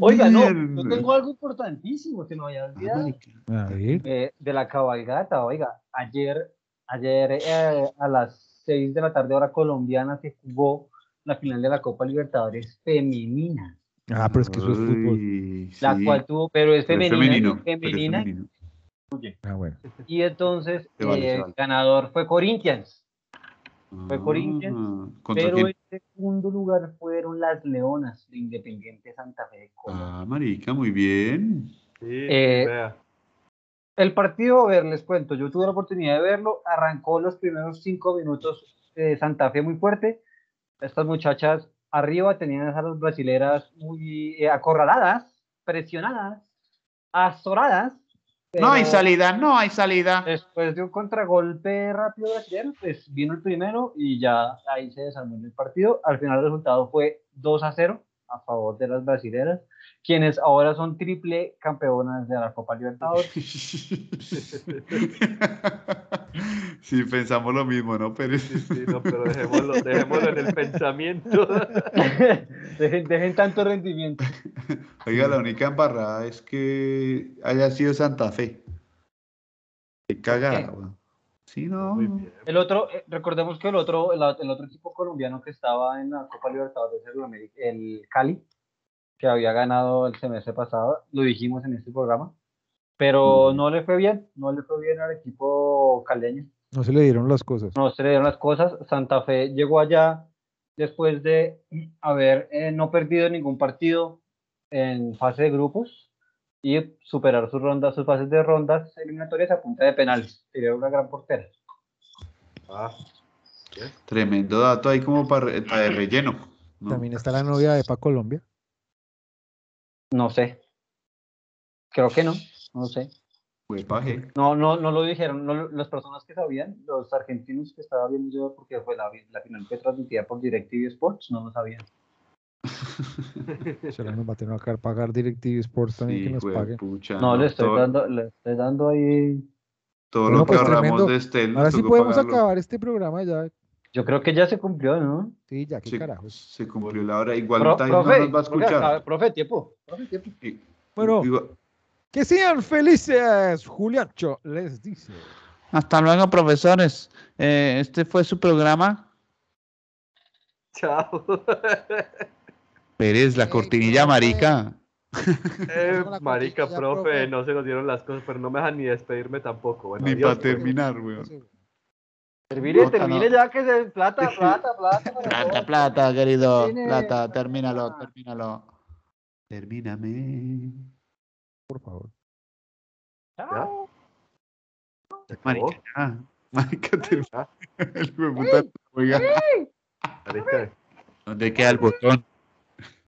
S4: Oiga, no, yo
S3: Mierda.
S4: tengo algo importantísimo que no había olvidado.
S1: A ver.
S4: Eh, de la cabalgata, oiga, ayer, ayer eh, a las 6 de la tarde, hora colombiana, se jugó la final de la Copa Libertadores femenina,
S1: Ah, pero es que eso es fútbol.
S3: Uy,
S4: la
S3: sí,
S4: cual tuvo, pero es
S3: pero es femenino, pero
S4: femenina, y
S3: es
S4: femenina,
S3: femenino.
S1: Ah, bueno.
S4: y entonces
S3: Se vale,
S4: eh,
S3: se
S4: el
S3: vale.
S4: ganador fue Corinthians, Fue
S3: Ah,
S4: Corinthians,
S3: ¿Contra
S4: pero
S3: quién?
S4: en segundo lugar fueron las Leonas de Independiente Santa Fe de Colombia.
S3: Ah, marica, muy bien.
S2: Sí,
S4: Eh,
S2: vea.
S4: El partido, a ver, les cuento, yo tuve la oportunidad de verlo, arrancó los primeros cinco minutos eh, Santa Fe muy fuerte, estas muchachas arriba tenían a las brasileras muy eh, acorraladas, presionadas, azoradas.
S3: No hay
S4: pero
S3: salida, no hay salida.
S4: Después de un contragolpe rápido brasileño, pues vino el primero y ya ahí se desarmó el partido. Al final el resultado fue 2 a 0 a favor de las brasileras, quienes ahora son triple campeonas de la Copa Libertadores.
S3: Sí, pensamos lo mismo, ¿no? Pero
S2: Sí, sí, no, pero dejémoslo, dejémoslo en el pensamiento.
S4: dejen, dejen tanto rendimiento.
S3: Oiga, la única embarrada es que haya sido Santa Fe. Qué cagada, weón. Sí, no.
S2: Muy bien.
S4: El otro, eh, recordemos que el otro, el, el otro equipo colombiano que estaba en la Copa Libertadores era el, Ameri- el Cali, que había ganado el semestre pasado, lo dijimos en este programa, pero
S3: Mm.
S4: no le fue bien, no le fue bien al equipo caleño,
S1: No se le dieron las cosas.
S4: no se le dieron las cosas, Santa Fe llegó allá después de haber eh, no perdido ningún partido en fase de grupos y superar sus rondas, sus fases de rondas eliminatorias a punta de penales, sería una gran portera.
S2: Ah,
S3: Tremendo dato ahí como para, re- para de relleno. ¿no?
S1: También está la novia de Pa Colombia.
S4: No sé. Creo que no, no sé.
S3: Fue paje.
S4: No, no, no lo dijeron, no, lo- las personas que sabían, los argentinos que estaba viendo yo, porque fue la, vi- la final que transmitía por DirecTV Sports, no lo sabían.
S1: Se la nos va a tener que pagar DirecTV Sports también
S3: Sí,
S1: que nos
S3: fue
S1: paguen.
S3: pucha,
S4: No, le estoy
S3: todo,
S4: dando, le estoy dando ahí.
S3: todo
S1: Bueno,
S3: lo que
S1: pues,
S3: ahorramos
S1: tremendo.
S3: de Estel. nos
S1: Ahora sí
S3: tocó
S1: podemos
S3: pagarlo.
S1: acabar este programa ya.
S4: Yo creo que ya se cumplió, ¿no?
S1: Sí, ya, qué
S3: Sí,
S1: carajos.
S3: Se cumplió la hora. Igual
S4: Pro-
S3: Taís no nos va a
S4: profe,
S3: escuchar.
S4: ah, profe, tiempo. profe, tiempo.
S3: I-
S1: Bueno,
S3: igual-
S1: que sean felices, Juliacho les dice.
S5: Hasta luego, profesores. Eh, este fue su programa.
S2: chao.
S5: Pérez, la
S1: Ey,
S5: cortinilla
S1: profe.
S5: marica.
S2: Eh,
S1: Con la
S2: marica,
S1: cortinilla,
S2: profe,
S1: profe.
S2: no se nos dieron las cosas, pero no me dejan ni despedirme tampoco. Bueno,
S3: Ni
S2: adiós,
S3: pa' terminar, weón.
S4: Termine,
S5: No,
S4: termine
S5: no.
S4: ya que se plata, plata, plata. para
S5: Plata,
S4: todos.
S5: plata, querido.
S4: Tiene-
S5: Plata, termínalo, termínalo. Termíname.
S1: Por favor.
S4: Chao.
S2: se acabó.
S5: Marica, ya. Marica, te
S2: Ah.
S5: El hijo de puta, oiga,
S2: Marica,
S5: ¿Dónde queda el botón?